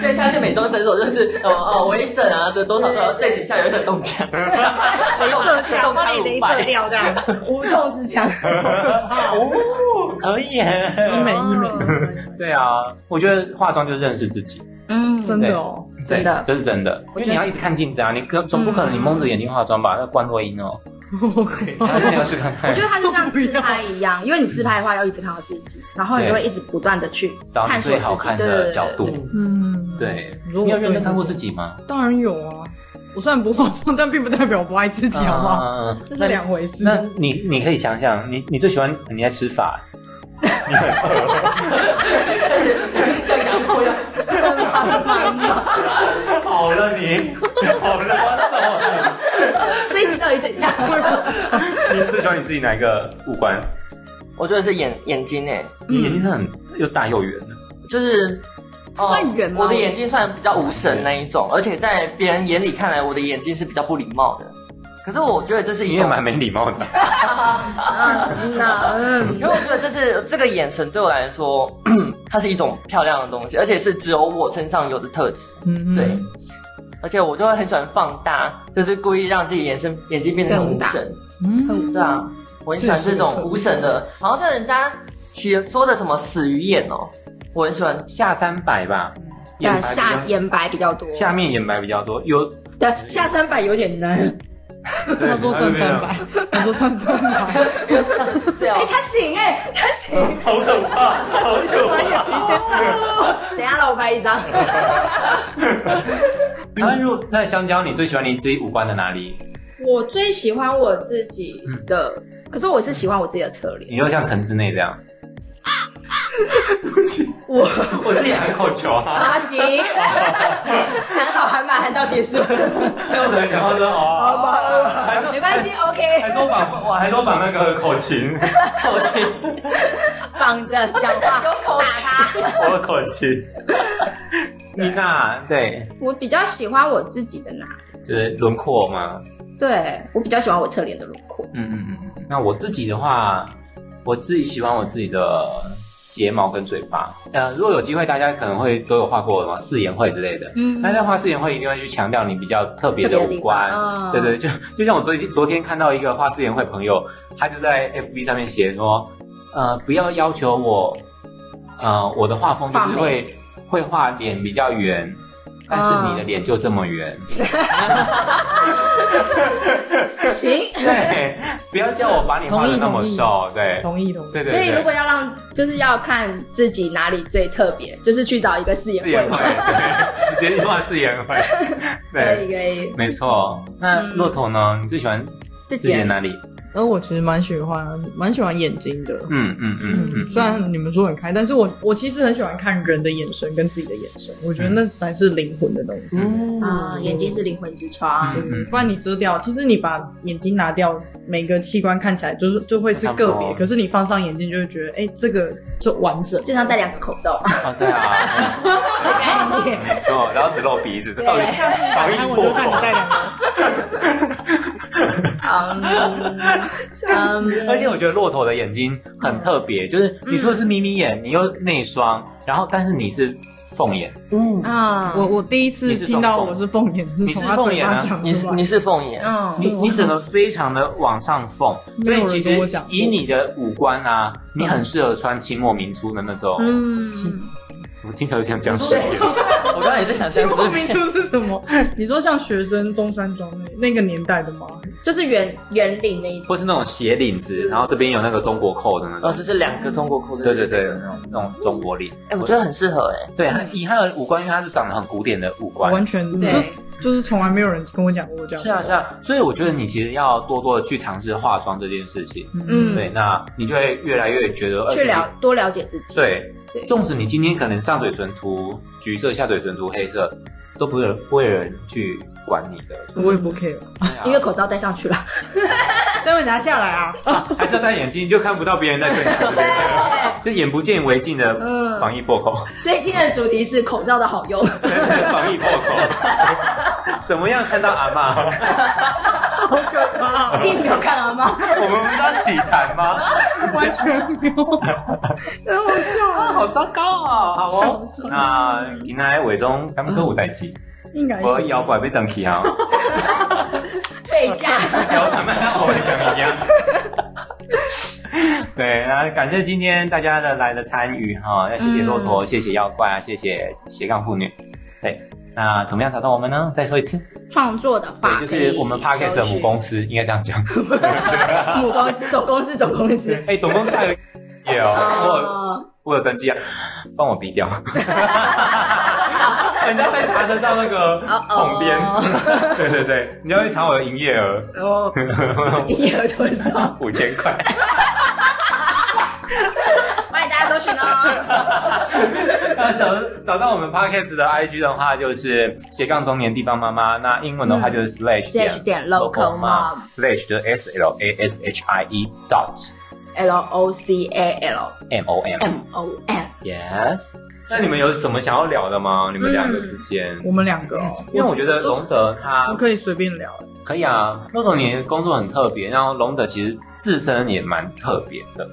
S3: 所以下去美妆诊所就是，哦哦，微整啊，这多少都要最底下有一点冻僵，
S4: 镭
S3: 镭
S4: 射枪，把你
S3: 五
S4: 镭射
S3: 百，
S4: 掉这样，
S2: 无痛之强，
S1: 哦，可以耶。
S4: 医美医
S1: 哦
S4: 美，
S1: 对啊，我觉得化妆就是认识自己，
S2: 嗯，
S4: 真的哦，
S1: 对
S2: 真的
S1: 这是真的。因
S2: 我
S1: 为
S2: 觉得嗯
S1: 你要一直看镜子啊，你可总不可能你蒙着眼睛化妆吧？那关洛 音哦， 那你要试看看。
S2: 我觉得它就像自拍一样，因为你自拍的话要一直看到自己，然后你就会一直不断的去
S1: 找你
S2: 探索
S1: 最
S2: 自
S1: 好
S2: 己，
S1: 看
S2: 对对
S1: 的
S2: 对
S1: 角度。
S2: 对
S4: 嗯，
S1: 对，
S4: 如果
S1: 你有认真看过自己吗？
S4: 当然有啊。我虽然不化妆， 但并不代表我不爱自己，好不好？
S1: 嗯嗯
S4: 这
S1: 嗯
S4: 是
S1: 那
S4: 两回事。
S1: 那你你可以想想，你你最喜欢你在吃 法，你很饿，
S3: 像羊驼一样，
S1: 好了你，好了我
S2: 这一集到底怎样？
S1: 走。你最喜欢你自己哪一个五官？
S3: 我觉得是眼眼睛诶，
S1: 你眼睛是很又大又圆的，
S3: 就是。哦
S2: 算圆吗
S3: 我的眼睛算比较无神那一种，而且在别人眼里看来，我的眼睛是比较不礼貌的。可是我觉得这是
S1: 你
S3: 一
S1: 也
S3: 种，
S1: 蛮没礼貌的。
S2: 嗯，那嗯
S3: 因为我觉得这是这个眼神对我来说， 它是一种漂亮的东西，而且是只有我身上有的特质。
S4: 嗯，
S3: 对，而且我就会很喜欢放大，就是故意让自己眼神眼睛变得很无神。
S4: 嗯，
S3: 对啊，我很喜欢这种无神的，好像像人家写说的什么死鱼眼哦，我很喜欢。
S1: 下三百吧，眼白
S2: 呃，
S1: 比
S2: 下
S1: 较
S2: 眼白比较多，
S1: 下面眼白比较多， 有
S2: 对下三百有点难。
S4: 他说算三百，，他说算三百，
S3: 这 样
S2: 哎、，他行哎、他行。
S1: 好可怕，好可怕。
S2: 等一下让我拍一张。
S1: 那如果那香蕉，你最喜欢你自己五官的哪里？
S2: 我最喜欢我自己的，
S1: 嗯
S2: 可是我是喜欢我自己的侧脸。
S1: 你又像陈之内这样。 我我自己喊口球啊，
S2: 啊，行，很好，还满，还到结束，
S1: 那我可能讲话说哦，还是
S2: 没关系，OK，
S1: 还是我把 我还是我把那个口琴， 口琴，
S2: 绑着讲话，打他。
S1: 我的口 琴。妮娜，对，
S2: 我比较喜欢我自己的哪？
S1: 就是轮廓嘛，
S2: 对我比较喜欢我侧脸的轮廓。
S1: 嗯嗯嗯嗯。那我自己的话，我自己喜欢我自己的睫毛跟嘴巴。呃，如果有机会，大家可能会都有画过什么四眼会之类的。
S2: 嗯
S1: 那在画四眼会一定会去强调你比较特别的哦五官
S2: 特别的地方嗯，
S1: 对对，就就像我昨天昨天看到一个画四眼会朋友，他就在 FB 上面写说，呃，不要要求我，呃，我的画风就
S2: 画
S1: 是
S2: 眉
S1: 会会画脸比较圆，但是
S2: 嗯
S1: 你的脸就这么圆，
S2: 行，
S1: 对，不要叫我把你画的那么瘦，对，
S4: 同意同意。
S1: 对对。
S2: 所以
S1: 对
S2: 如果要让，就是要看自己哪里最特别，就是去找一个视野
S1: 四眼
S2: 会
S1: 会
S2: 嘛。，
S1: 对觉得你画四也很会。
S2: 可以
S1: 对，
S2: 可以，
S1: 没错。那
S2: 嗯
S1: 骆驼呢？你最喜欢
S2: 自
S1: 自己
S2: 己
S1: 的哪里？
S4: 而我其实蛮喜欢，蛮喜欢眼睛的。
S1: 嗯嗯嗯嗯，
S4: 虽然你们说很开，但是我我其实很喜欢看人的眼神跟自己的眼神，我觉得那才是灵魂的东西。
S3: 嗯
S2: 啊，眼睛是灵魂之窗，
S1: 嗯嗯
S4: 不然你遮掉，其实你把眼睛拿掉，每个器官看起来就是就会是
S1: 差不
S4: 个
S1: 多
S4: 别，可是你放上眼睛就会觉得，哎、这个就完整。
S2: 就像戴两个口罩嘛，
S1: 哦对啊，嗯
S2: 的概念。
S1: 没错，然后只露鼻子，到底
S4: 哎下次
S1: 防疫
S4: 打开我就看你戴两个。
S2: 嗯嗯，
S1: 而且我觉得骆驼的眼睛
S4: 嗯
S1: 很特别，就是你说的是眯眯眼，你又内双，然后但是你是凤眼，
S3: 嗯，
S2: 啊，
S4: 我我第一次
S1: 你是
S4: 听到
S1: 双凤
S4: 我是凤眼，是
S1: 你是
S4: 从他
S1: 凤
S4: 嘴
S1: 眼啊
S4: 巴讲
S3: 你是
S4: 出来。
S3: 你是凤眼，
S2: 嗯
S1: 你你整个非常的往上凤，所
S4: 没有
S1: 以
S4: 人
S1: 其
S4: 跟我
S1: 实
S4: 讲过
S1: 以你的五官啊，你很适合穿清末民初的那种，
S2: 嗯，
S1: 我听起来就想讲水
S2: 对，
S3: 我刚才也在想相
S4: 清末
S3: 思
S4: 民
S3: 片，
S4: 初是什么？你说像学生中山装那那个年代的吗？
S2: 就是圆圆领那一 种，
S1: 或是那种斜领子，然后这边有那个中国扣的那
S3: 哦，
S1: 种
S3: 就，是两个中国口的，
S1: 对对对，那种那种中国领。
S3: 哎，我觉得很适合哎，
S1: 对，以他的五官，因为他是长得很古典的五
S4: 我
S1: 官，
S4: 完全
S2: 对，
S4: 就就是从来没有人跟我讲过这样。
S1: 是啊是啊，所以我觉得你其实要多多的去尝试化妆这件事情。
S2: 嗯
S1: 对，那你就会越来越觉得呃
S2: 去
S1: 自己
S2: 了多了解自己，
S1: 对
S2: 对，
S1: 纵使你今天可能上嘴唇涂橘色，下嘴唇涂黑色，都不会有不会有人去管你的。啊
S4: 我也不 care，
S2: 因为口罩戴上去了，
S4: 待会拿下来啊。
S1: 还是要戴眼镜，就看不到别人在对 你。这眼不见为净的
S2: 嗯
S1: 防疫破口，
S2: 所以今天的主题是口罩的好用，
S1: 防疫破口，怎么样看到阿妈？
S2: 一定没有看 到吗？
S1: 我们不是要起谈吗？
S4: 完全没 有，太好笑了，
S1: 好糟糕啊！好哦，那今天伟忠他们都有代志，
S4: 应该
S1: 我
S4: 是
S1: 摇拐被登起啊，
S2: 退价，
S1: 摇他们我会讲一样。 对，那感谢今天大家的来的参与哈，要谢谢骆
S2: 嗯
S1: 驼，谢谢妖怪啊，谢谢斜杠妇女。对，那怎么样找到我们呢？再说一次，
S2: 创作的话，
S1: 对，就是我们 Parkes 的母公
S2: 司，
S1: 司，应该这样讲。
S2: 母公司总公司总公司，
S1: 哎，总公司 还有也哦， 我有
S2: 哦
S1: 我有登记啊，帮我逼 掉，人家会查得到那个
S2: 哦哦
S1: 统编， 对对对，人家会查我的营业额
S4: 哦，
S2: 营业额多少？
S1: 五千块，
S2: 欢迎大家搜寻 哦，
S1: 那找找到我们 podcast 的 IG 的话，就是斜杠中年地方妈妈，那英文的话就是 slash 点
S2: slash 点 local mom
S1: slash 就是 s l a s h i e dot
S2: L O C A L
S1: m o m
S2: M O M，
S1: yes。那你们有什么想要聊的吗？你们两个之间，
S4: 我们两个哦，
S1: 因为我觉得龙德他
S4: 我可以随便聊。
S1: 可以啊，骆驼你的工作很特别，然后龙德其实自身也蛮特别的。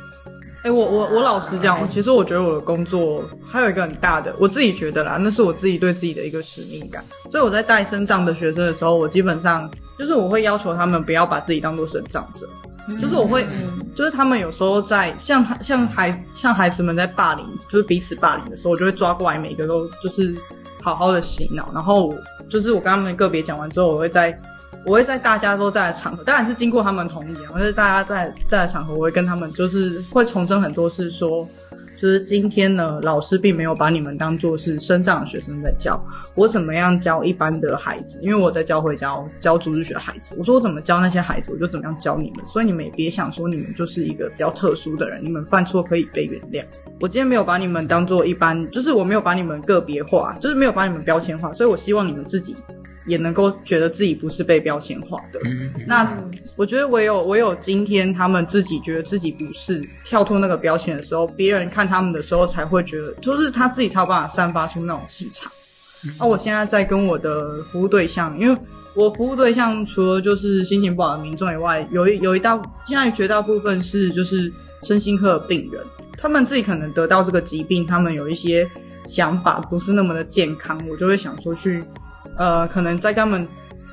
S4: 哎、我我我老实讲，我其实我觉得我的工作还有一个很大的，我自己觉得啦，那是我自己对自己的一个使命感。所以我在带身障的学生的时候，我基本上就是我会要求他们不要把自己当做身障者，就是我会，就是他们有时候在像他像孩像孩子们在霸凌，就是彼此霸凌的时候，我就会抓过来，每个都就是好好的洗脑，然后我就是我跟他们个别讲完之后，我会在我会在大家都在的场合，当然是经过他们同意啊，就是大家在在的场合，我会跟他们就是会重申很多次说。就是今天呢，老师并没有把你们当做是身障的学生在教，我怎么样教一般的孩子，因为我在教会教教主日学的孩子，我说我怎么教那些孩子，我就怎么样教你们，所以你们也别想说你们就是一个比较特殊的人，你们犯错可以被原谅。我今天没有把你们当做一般，就是我没有把你们个别化，就是没有把你们标签化，所以我希望你们自己也能够觉得自己不是被标签化的。
S1: 嗯
S4: 那我觉得唯有唯有今天他们自己觉得自己不是跳脱那个标签的时候，别人看他们的时候才会觉得，就是他自己才有办法散发出那种气场。那、啊我现在在跟我的服务对象，因为我服务对象除了就是心情不好的民众以外，有一有一大现在绝大部分是就是身心科的病人，他们自己可能得到这个疾病，他们有一些想法不是那么的健康，我就会想说去，呃，可能在跟他们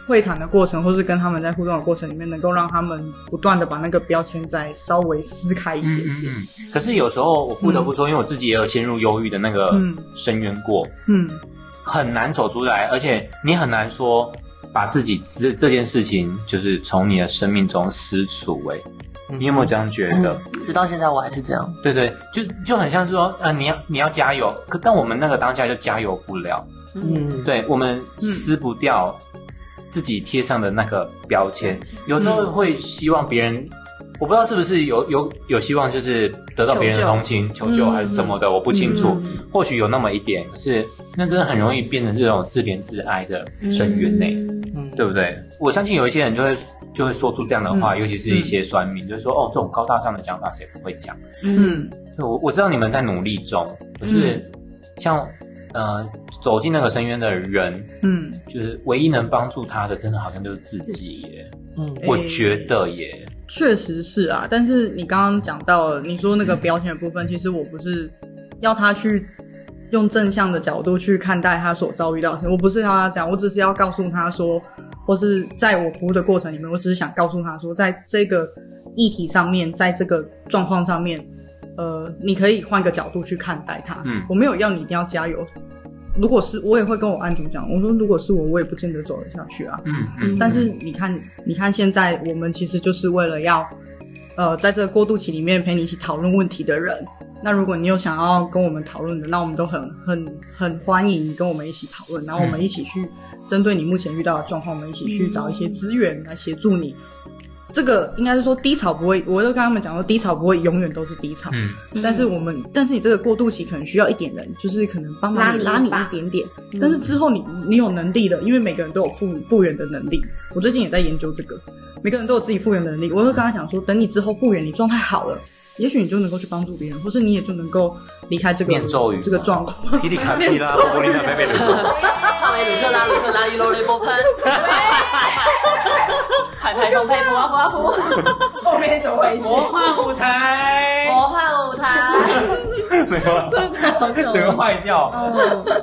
S4: 会谈的过程，或是跟他们在互动的过程里面，能够让他们不断的把那个标签再稍微撕开一点点。
S1: 嗯。可是有时候我不得不说，因为我自己也有陷入忧郁的那个
S4: 嗯
S1: 深渊过，
S4: 嗯
S1: 很难走出来，而且你很难说把自己这这件事情就是从你的生命中撕除、欸。你有没有这样觉得？
S3: 直到现在我还是这样。
S1: 对对，就就很像是说，呃，你要你要加油，可但我们那个当下就加油不了，
S3: 嗯，
S1: 对我们撕不掉自己贴上的那个标签，有时候会希望别人。我不知道是不是有有有希望，就是得到别人的同情、求救嗯还是什么的，我不清楚。或许有那么一点，可是那真的很容易变成这种自怜自爱的深渊内。
S3: 嗯，
S1: 对不对？我相信有一些人就会就会说出这样的话，尤其是一些酸民，就是说哦，这种高大上的讲法谁不会讲？
S4: 嗯
S1: 对我我知道你们在努力中，可是像呃走进那个深渊的人，
S4: 嗯，
S1: 就是唯一能帮助他的，真的好像就是自己耶。哎
S3: 嗯，
S1: 我觉得耶，
S4: 确实是啊。但是你刚刚讲到了，你说那个标签的部分，其实我不是要他去用正向的角度去看待他所遭遇到的事情，我不是要他讲，我只是要告诉他说，或是在我服务的过程里面，我只是想告诉他说，在这个议题上面，在这个状况上面，呃，你可以换个角度去看待它。
S1: 嗯
S4: 我没有要你一定要加油。如果是我也会跟我案主讲，我说如果是我，我也不见得走得下去啊。
S1: 嗯嗯
S4: 但是你看，你看现在我们其实就是为了要，呃，在这个过渡期里面陪你一起讨论问题的人。那如果你有想要跟我们讨论的，那我们都很很很欢迎你跟我们一起讨论，然后我们一起去针对你目前遇到的状况，我们一起去找一些资源来协助你。这个应该是说低潮不会，我就跟他们讲说，低潮不会永远都是低潮，
S1: 嗯
S4: 但是我们，但是你这个过渡期可能需要一点人，就是可能帮忙你
S2: 拉
S4: 拉
S2: 你
S4: 你
S2: 一把嗯
S4: 一点点。但是之后你你有能力的，因为每个人都有复复原的能力。我最近也在研究这个，每个人都有自己复原的能力。我会跟他讲说，等你之后复原，你状态好了，也许你就能够去帮助别人，或是你也就能够离开这个
S1: 念咒语
S4: 这个状况。
S1: 霹雳卡皮拉波波琳娜贝贝鲁，
S3: 帕梅鲁克拉鲁克拉伊罗雷 波喷，海苔同配普阿普阿普，
S4: 后面怎么回事？
S1: 幻舞 台
S3: 魔幻舞台，
S1: 没有啊，
S3: 好可
S1: 整个
S3: 爱。
S1: 坏掉。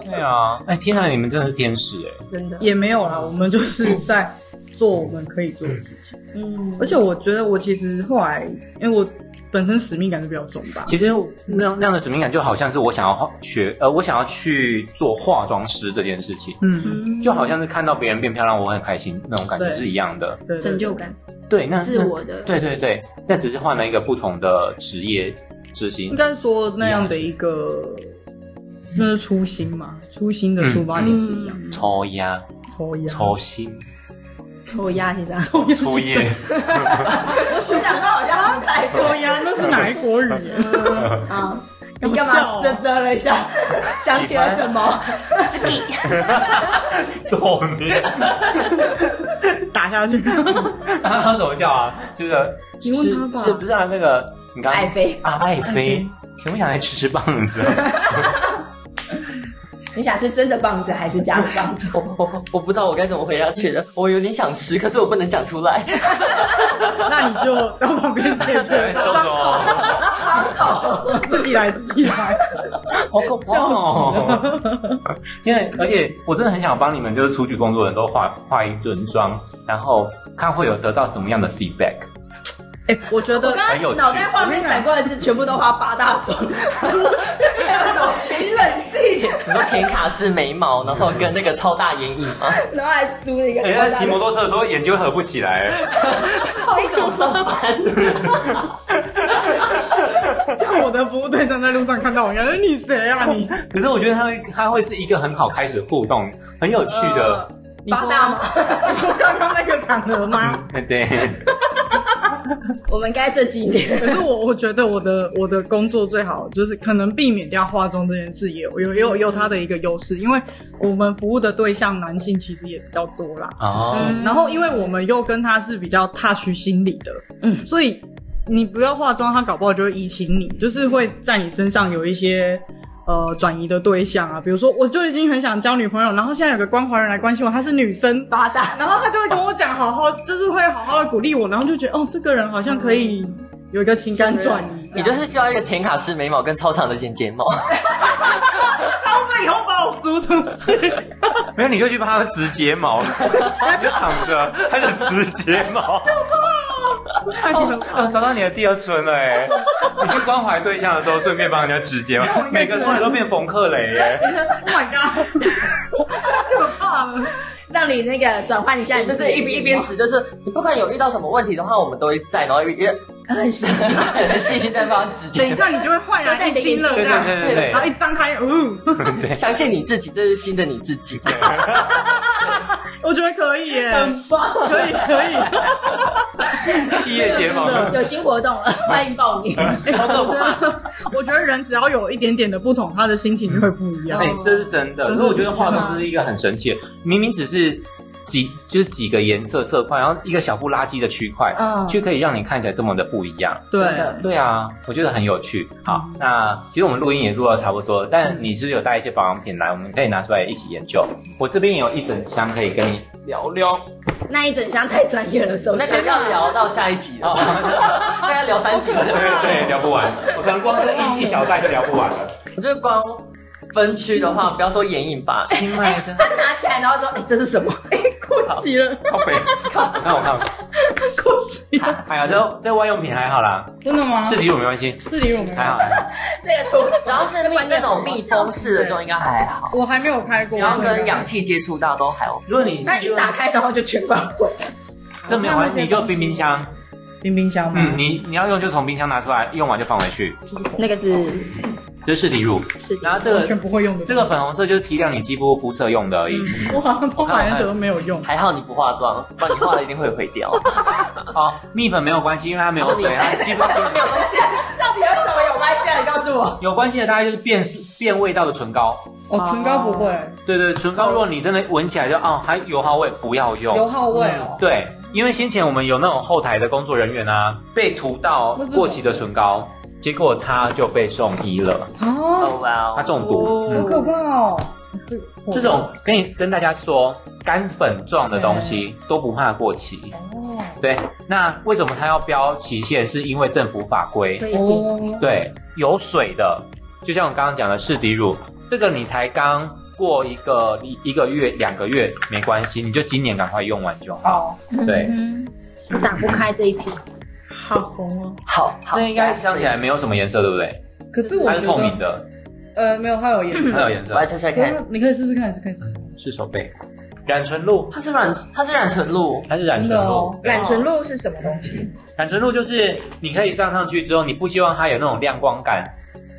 S1: 对啊，哎天啊，你们真的是天使哎，
S2: 真的，
S4: 也没有啦，我们就是在做我们可以做的事情。
S2: 嗯
S4: 而且我觉得我其实后来，因为我本身使命感就比较重吧，
S1: 其实那样那样的使命感就好像是我想要化学呃，我想要去做化妆师这件事情，
S4: 嗯，
S1: 就好像是看到别人变漂亮，我很开心那种感觉
S4: 对
S1: 是一样的。
S4: 对对对
S2: 拯救感，
S1: 对，那
S2: 自我的
S1: 那对对对，那只是换了一个不同的职业执
S4: 应
S1: 行。
S4: 该说那样的一个，那是初心嘛，初心的出发点是一样，
S1: 抽烟，
S4: 抽烟，
S1: 抽心，
S2: 抽压其实啊，
S1: 抽烟，
S2: 我想说好像太
S4: 抽烟，那是哪一国语言？
S2: 啊，
S4: 搞
S2: 你干
S4: 笑
S2: 嘛
S4: 哦
S2: 啧啧了一 下？想起了什么？
S1: 揍你！
S4: 打下去，
S1: 他他怎么叫啊？就是
S4: 你问他吧
S1: 是是不是啊？那个你刚刚
S2: 爱妃
S1: 啊，爱
S4: 爱
S1: 妃
S4: 妃，
S1: 想不想来吃吃棒子？
S2: 你想吃真的棒子还是假的棒 子？
S3: 我我我不知道我该怎么回下去了，我有点想吃，可是我不能讲出来。
S4: 那你就到旁边解 决，
S1: 双口，
S4: 自己来，自己来。
S1: 好可怕哦！因为而且我真的很想帮你们，就是出去工作的人都化化一顿妆，然后看会有得到什么样的 feedback。
S4: 哎，我觉
S2: 我
S4: 得
S2: 刚
S1: 很有
S2: 刚
S1: 趣
S2: 脑袋画面闪过的是全部都画八大 种，很冷静，
S3: 你说甜卡式眉毛，然后跟那个超大眼影 吗？
S2: 然后还梳了一个
S1: 人家骑摩托车的时候眼睛会合不起来，
S3: 这怎么上班？
S4: 像我的服务对象在路上看到我，感觉你谁啊你？
S1: 可是我觉得它会它会是一个很好开始互动，很有趣的，
S4: 你
S2: 八
S4: 说
S2: 大吗？
S4: 你说 刚刚那个场合吗？
S1: 对对，
S2: 我们该这几年
S4: 可是我我觉得我的我的工作最好就是可能避免掉化妆这件事也有有有有它的一个优势，因为我们服务的对象男性其实也比较多啦。
S1: 哦，
S4: 然后因为我们又跟他是比较踏取心理的，
S2: 嗯
S4: 嗯，所以你不要化妆，他搞不好就会移情你，就是会在你身上有一些。呃，转移的对象啊，比如说，我就已经很想交女朋友，然后现在有个关怀人来关心我，她是女生，
S2: 八大，
S4: 然后他就会跟我讲，好好，就是会好好的鼓励我，然后就觉得，哦，这个人好像可以有一个情感转
S2: 啊
S4: 移。
S3: 你就是需要一个甜卡式眉毛跟超长的眼睫毛。
S4: 他会不会以后把我逐出 去？
S1: 没有你就去帮他植睫毛，你就躺着，他就植睫毛，
S4: 太可怕
S1: 啊，找到你的第二春了哎，你去关怀对象的时候顺便帮人家植睫毛，每个双眼都变冯克哎雷耶，
S4: ！Oh my god，太哦可怕了！
S2: 让你那个转换一下，
S3: 就是一边一边指，就是你不管有遇到什么问题的话，我们都会在，然后一边
S2: 他很细心，
S3: 很细心在帮指
S4: 等一
S3: 点。
S4: 下你就会焕然一新了，
S2: 对
S4: 这
S1: 对
S4: 样，
S1: 对对 哎对
S4: 然后一张开，嗯，
S3: 相信你自己，这是新的你自己。
S4: 我觉得可以耶，嗯很棒，可以可以，
S1: 对，毕业解放
S2: 有新活动 了，欢迎报名。
S1: 嗯
S4: 我觉得人只要有一点点的不同，他的心情就会不一样
S1: 哎、。这是真的。可是我觉得化妆是一个很神奇的，明明只是几就是几个颜色色块，然后一个小布拉几的区块，
S2: 嗯
S1: 却可以让你看起来这么的不一样。
S4: 对
S2: 真的
S1: 对啊，我觉得很有趣。好，那其实我们录音也录到差不多，但你是有带一些保养品来，我们可以拿出来一起研究。我这边有一整箱可以跟你聊 聊。
S2: 那一整箱太专业了，首
S3: 那
S2: 先
S3: 个要聊到下一集哦， 大概聊三集了。
S1: 对，聊不完，我可能光这一一小袋就聊不完了。
S3: 我觉得光分区的话，不要说眼影吧，
S1: 新买的，
S2: 他拿起来，然后说：“哎、这是什么？ 哎、过期了，
S1: 靠北，靠，看我看我。
S2: 过期了。
S1: 哎呀，这这外用品还好啦，
S4: 真的吗？
S1: 是礼物没关系，
S4: 是礼物没
S1: 还
S4: 有，
S1: 好。哎还好
S2: 这个图
S3: 只要是密那种密封式的，就应该还好。
S4: 我还没有开过。
S3: 只要跟氧气接触到都还 OK。
S1: 如果你
S2: 那一打开，然后就全包毁。
S1: 这没有关系，你就冰冰箱。
S4: 冰冰箱吗？
S1: 嗯，你你要用就从冰箱拿出来，用完就放回去。
S2: 那个是
S1: 这是礼乳，
S2: 是
S1: 然后这
S4: 完全
S1: 个
S4: 不会用的。
S1: 这个粉红色就是提亮你肌肤肤色用的而已。
S4: 嗯我好像都买很久都没有用。
S3: 还好你不化妆，不然你化了一定会毁掉。
S1: 哦，蜜粉没有关系，因为它没有水，它肌肤
S2: 没有关系，到底有什么有关系啊？你告诉我。
S1: 有关系的大概就是变变味道的唇膏。
S4: 哦，唇膏不会，
S1: 对对，唇膏如果你真的闻起来就哦还油耗味，不要
S4: 油
S1: 用。
S4: 耗味哦。
S1: 对，因为先前我们有那种后台的工作人员啊，被涂到过期的唇膏，结果他就被送医了，
S4: 哦，
S3: 哦哇
S1: 他
S3: 哦，
S1: 中毒。
S4: 好
S1: 嗯
S4: 可怕哦。这个
S1: 这种跟你跟大家说，干粉状的东西都不怕过期。
S4: 哦
S1: 对，那为什么它要标期限？是因为政府法规。
S2: 可以定
S4: 哦，
S1: 对，有水的，就像我刚刚讲的适迪乳，这个你才刚过一个一一个月、两个月没关系，你就今年赶快用完就好。
S4: 好，
S1: 对
S2: 嗯哼打不开这一批，
S4: 好红哦。
S3: 好好，
S1: 那应该想起来没有什么颜色，对不对？
S4: 可是我
S1: 它
S4: 觉
S1: 是透明
S4: 得，
S1: 的，
S4: 呃，没有，它有颜
S1: 它
S4: 色。
S1: 有颜
S3: 我来
S1: 色，
S3: 拆拆
S4: 可
S3: 看
S4: 是。你可以试试看，是可以试试看。
S1: 是手背，染唇露，
S3: 它是染，它是染唇露，
S1: 它是染唇
S4: 真的
S1: 露
S4: 哦，
S1: 对
S2: 唇露是什么东西？
S1: 染唇露就是你可以上上去之后，你不希望它有那种亮光感，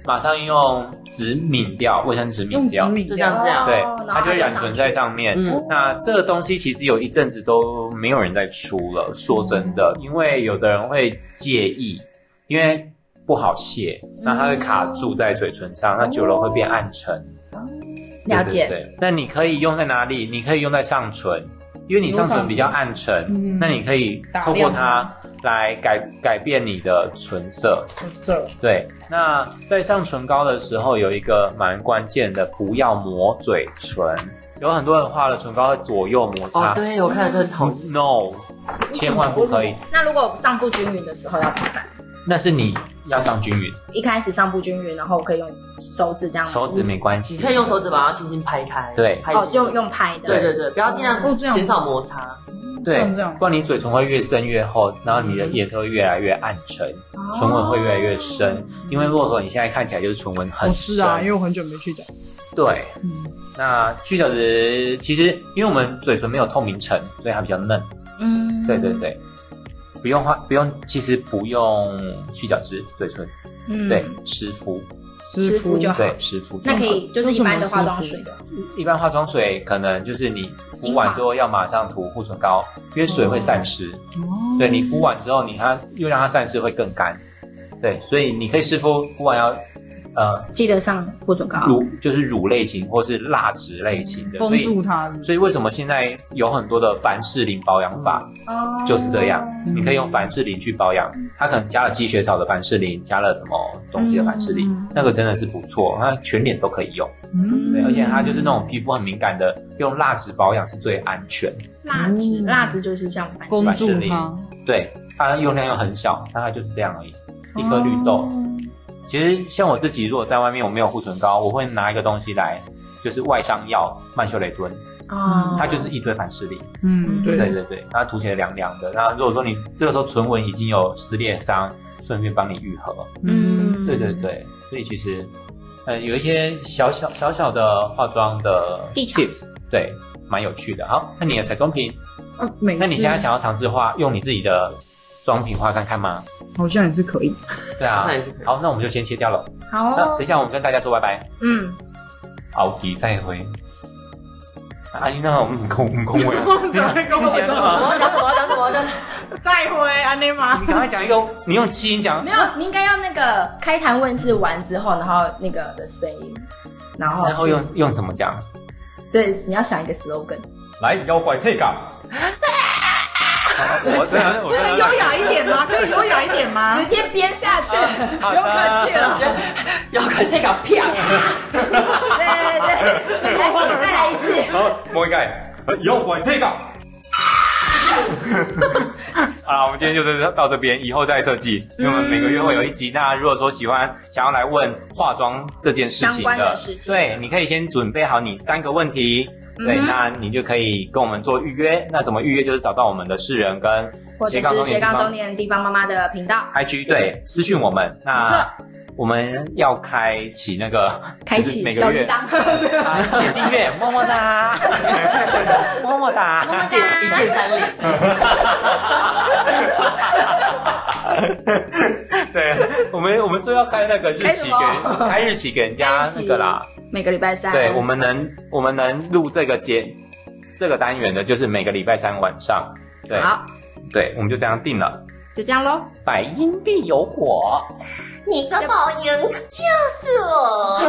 S1: 马上用纸抿掉，卫生纸抿
S4: 用纸
S1: 掉，
S4: 抿
S3: 就
S4: 掉，
S3: 这样这样
S1: 对
S2: 哦，然后
S1: 它就会
S2: 它
S1: 染
S2: 就上
S1: 唇在上面。
S3: 嗯，
S1: 那这个东西其实有一阵子都没有人在出了，说真的，因为有的人会介意，因为不好卸，那它会卡住在嘴唇上，那久了会变暗沉。对
S2: 了解。
S1: 对对那你可以用在哪里？你可以用在上唇，因为你上唇比较暗沉，
S4: 嗯
S1: 那你可以透过它来改改变你的唇色。
S4: 就这。
S1: 对，那在上唇膏的时候有一个蛮关键的，不要抹嘴唇。有很多人画了唇膏会左右摩
S3: 哦
S1: 擦、
S3: 对，我看了这很痛。
S1: n o 千万不可以。
S2: 那如果上不均匀的时候要怎么办？
S1: 那是你要上均匀，
S2: 一开始上不均匀，然后我可以用手指这样吗
S1: 手指没关
S3: 你
S1: 系
S3: 可。以用手指把它轻轻拍开，
S1: 对
S3: 拍
S2: 哦，
S3: 几
S2: 用用拍的。
S3: 对对对，不要尽量
S4: 哦这样
S3: 减少摩擦。
S1: 对
S4: 这样这，样
S1: 不然你嘴唇会越深越厚，然后你的颜色会越来越暗沉，
S2: 哦
S1: 唇纹会越来越深。因为骆驼你现在看起来就是唇纹很
S4: 我
S1: 深。
S4: 是啊，因为我很久没去讲。
S1: 对，
S4: 嗯
S1: 那去角质其实因为我们嘴唇没有透明层，所以它比较嫩。
S2: 嗯
S1: 对对，对，不用花，不用，其实不用去角质，嘴唇，
S2: 嗯
S1: 对，湿敷，
S2: 湿敷就好。
S1: 对，湿敷。
S2: 那可以就是一般的化妆水的，
S1: 一般化妆水可能就是你敷完之后要马上涂护唇膏，因为水会散失。
S4: 哦
S1: 对你敷完之后，你它又让它散失会更干。对，所以你可以湿敷，敷完要呃
S2: 记得上护唇膏。
S1: 乳就是乳类型或是蜡质类型的，所
S4: 封
S1: 以
S4: 住它，
S1: 所以为什么现在有很多的凡士林保养法？
S2: 哦
S1: 就是这样，
S4: 嗯
S1: 你可以用凡士林去保养，它可能加了积雪草的凡士林，加了什么东西的凡士林，
S4: 嗯
S1: 那个真的是不错，它全脸都可以用，
S4: 嗯
S1: 对，而且它就是那种皮肤很敏感的，用蜡质保养是最安全，
S2: 蜡质，
S4: 嗯
S2: 蜡质就是像凡士
S4: 封
S2: 林
S4: 住
S1: 凡士林
S4: 它。
S1: 对，它用量又很小，大概就是这样而已，一颗绿
S4: 哦
S1: 豆。其实像我自己，如果在外面我没有护唇膏，我会拿一个东西来，就是外伤药曼秀雷敦，
S2: 哦，
S1: 它就是一堆凡士林。
S4: 嗯，对
S1: 对对对，它涂起来凉凉的。那如果说你这个时候唇纹已经有撕裂伤，顺便帮你愈合。
S4: 嗯，
S1: 对对对，所以其实，呃，有一些小小小小的化妆的
S2: 技巧
S1: tips，对，蛮有趣的。好，那你的彩妆品，
S4: 啊，每次
S1: 那你现在想要尝试画，用你自己的妆品画看看吗？
S4: 好像也是可以。
S1: 对啊
S3: 那也是可以，
S1: 好，那我们就先切掉了。
S2: 好
S1: 那等
S2: 哦
S1: 一，下我们跟大家说拜拜，
S2: 嗯，
S1: 好，迪再会。阿姨，那我们恭我们啊恭维，
S4: 再恭维
S1: 你先
S3: 我
S1: 啊
S3: 要讲什么？我要讲什么？我要讲
S4: 再会，安内吗
S1: 你？赶快讲一个，你用七音讲
S2: 没。有，你应该要那个开坛问世完之后，然后那个的声音，然后
S1: 然后用用怎么讲？
S2: 对，你要想一个 slogan。
S1: 来，妖怪退岗。我真的，我真
S4: 可以
S1: 的
S4: 优雅一点吗？可以优雅一点吗
S2: 直？接编下去，
S1: 好的
S2: 不用客气了。
S3: 要可 take 个屁啊！
S2: 对对对，来，我们再来一次。
S1: 好，摸一盖，有管这 个。啊，我们今天就到这边，以后再设计。因
S2: 嗯
S1: 为我们每个月会有一集。那如果说喜欢想要来问化妆这件事情
S2: 相
S1: 的，
S2: 关的事情
S1: 对，你可以先准备好你三个问题。对，
S2: 嗯哼
S1: 那你就可以跟我们做预约。那怎么预约？就是找到我们的世人跟
S2: 或者是斜
S1: 地
S2: 杠
S1: 方
S2: 中年嗯地方妈妈的频道，
S1: IG 对私讯我们。那我们要开启那个，
S2: 开
S1: 就是
S2: 启
S1: 每
S2: 小
S1: 个
S2: 铃
S1: 月
S2: 铛。
S1: 啊点订阅，么么 哒，么么哒，
S2: 么么哒
S3: 一键 三连。
S1: 对，我们我们说要开那个日
S2: 开
S1: 期
S2: 什
S1: 给
S2: 么
S1: 开日期给人家那个啦。
S2: 每个礼拜三，
S1: 对，我们能我们能录这个节这个单元的，就是每个礼拜三晚上。对
S2: 好，
S1: 对，我们就这样定了。
S2: 就这样喽。
S1: 百因必有果。
S5: 你的报应就是我。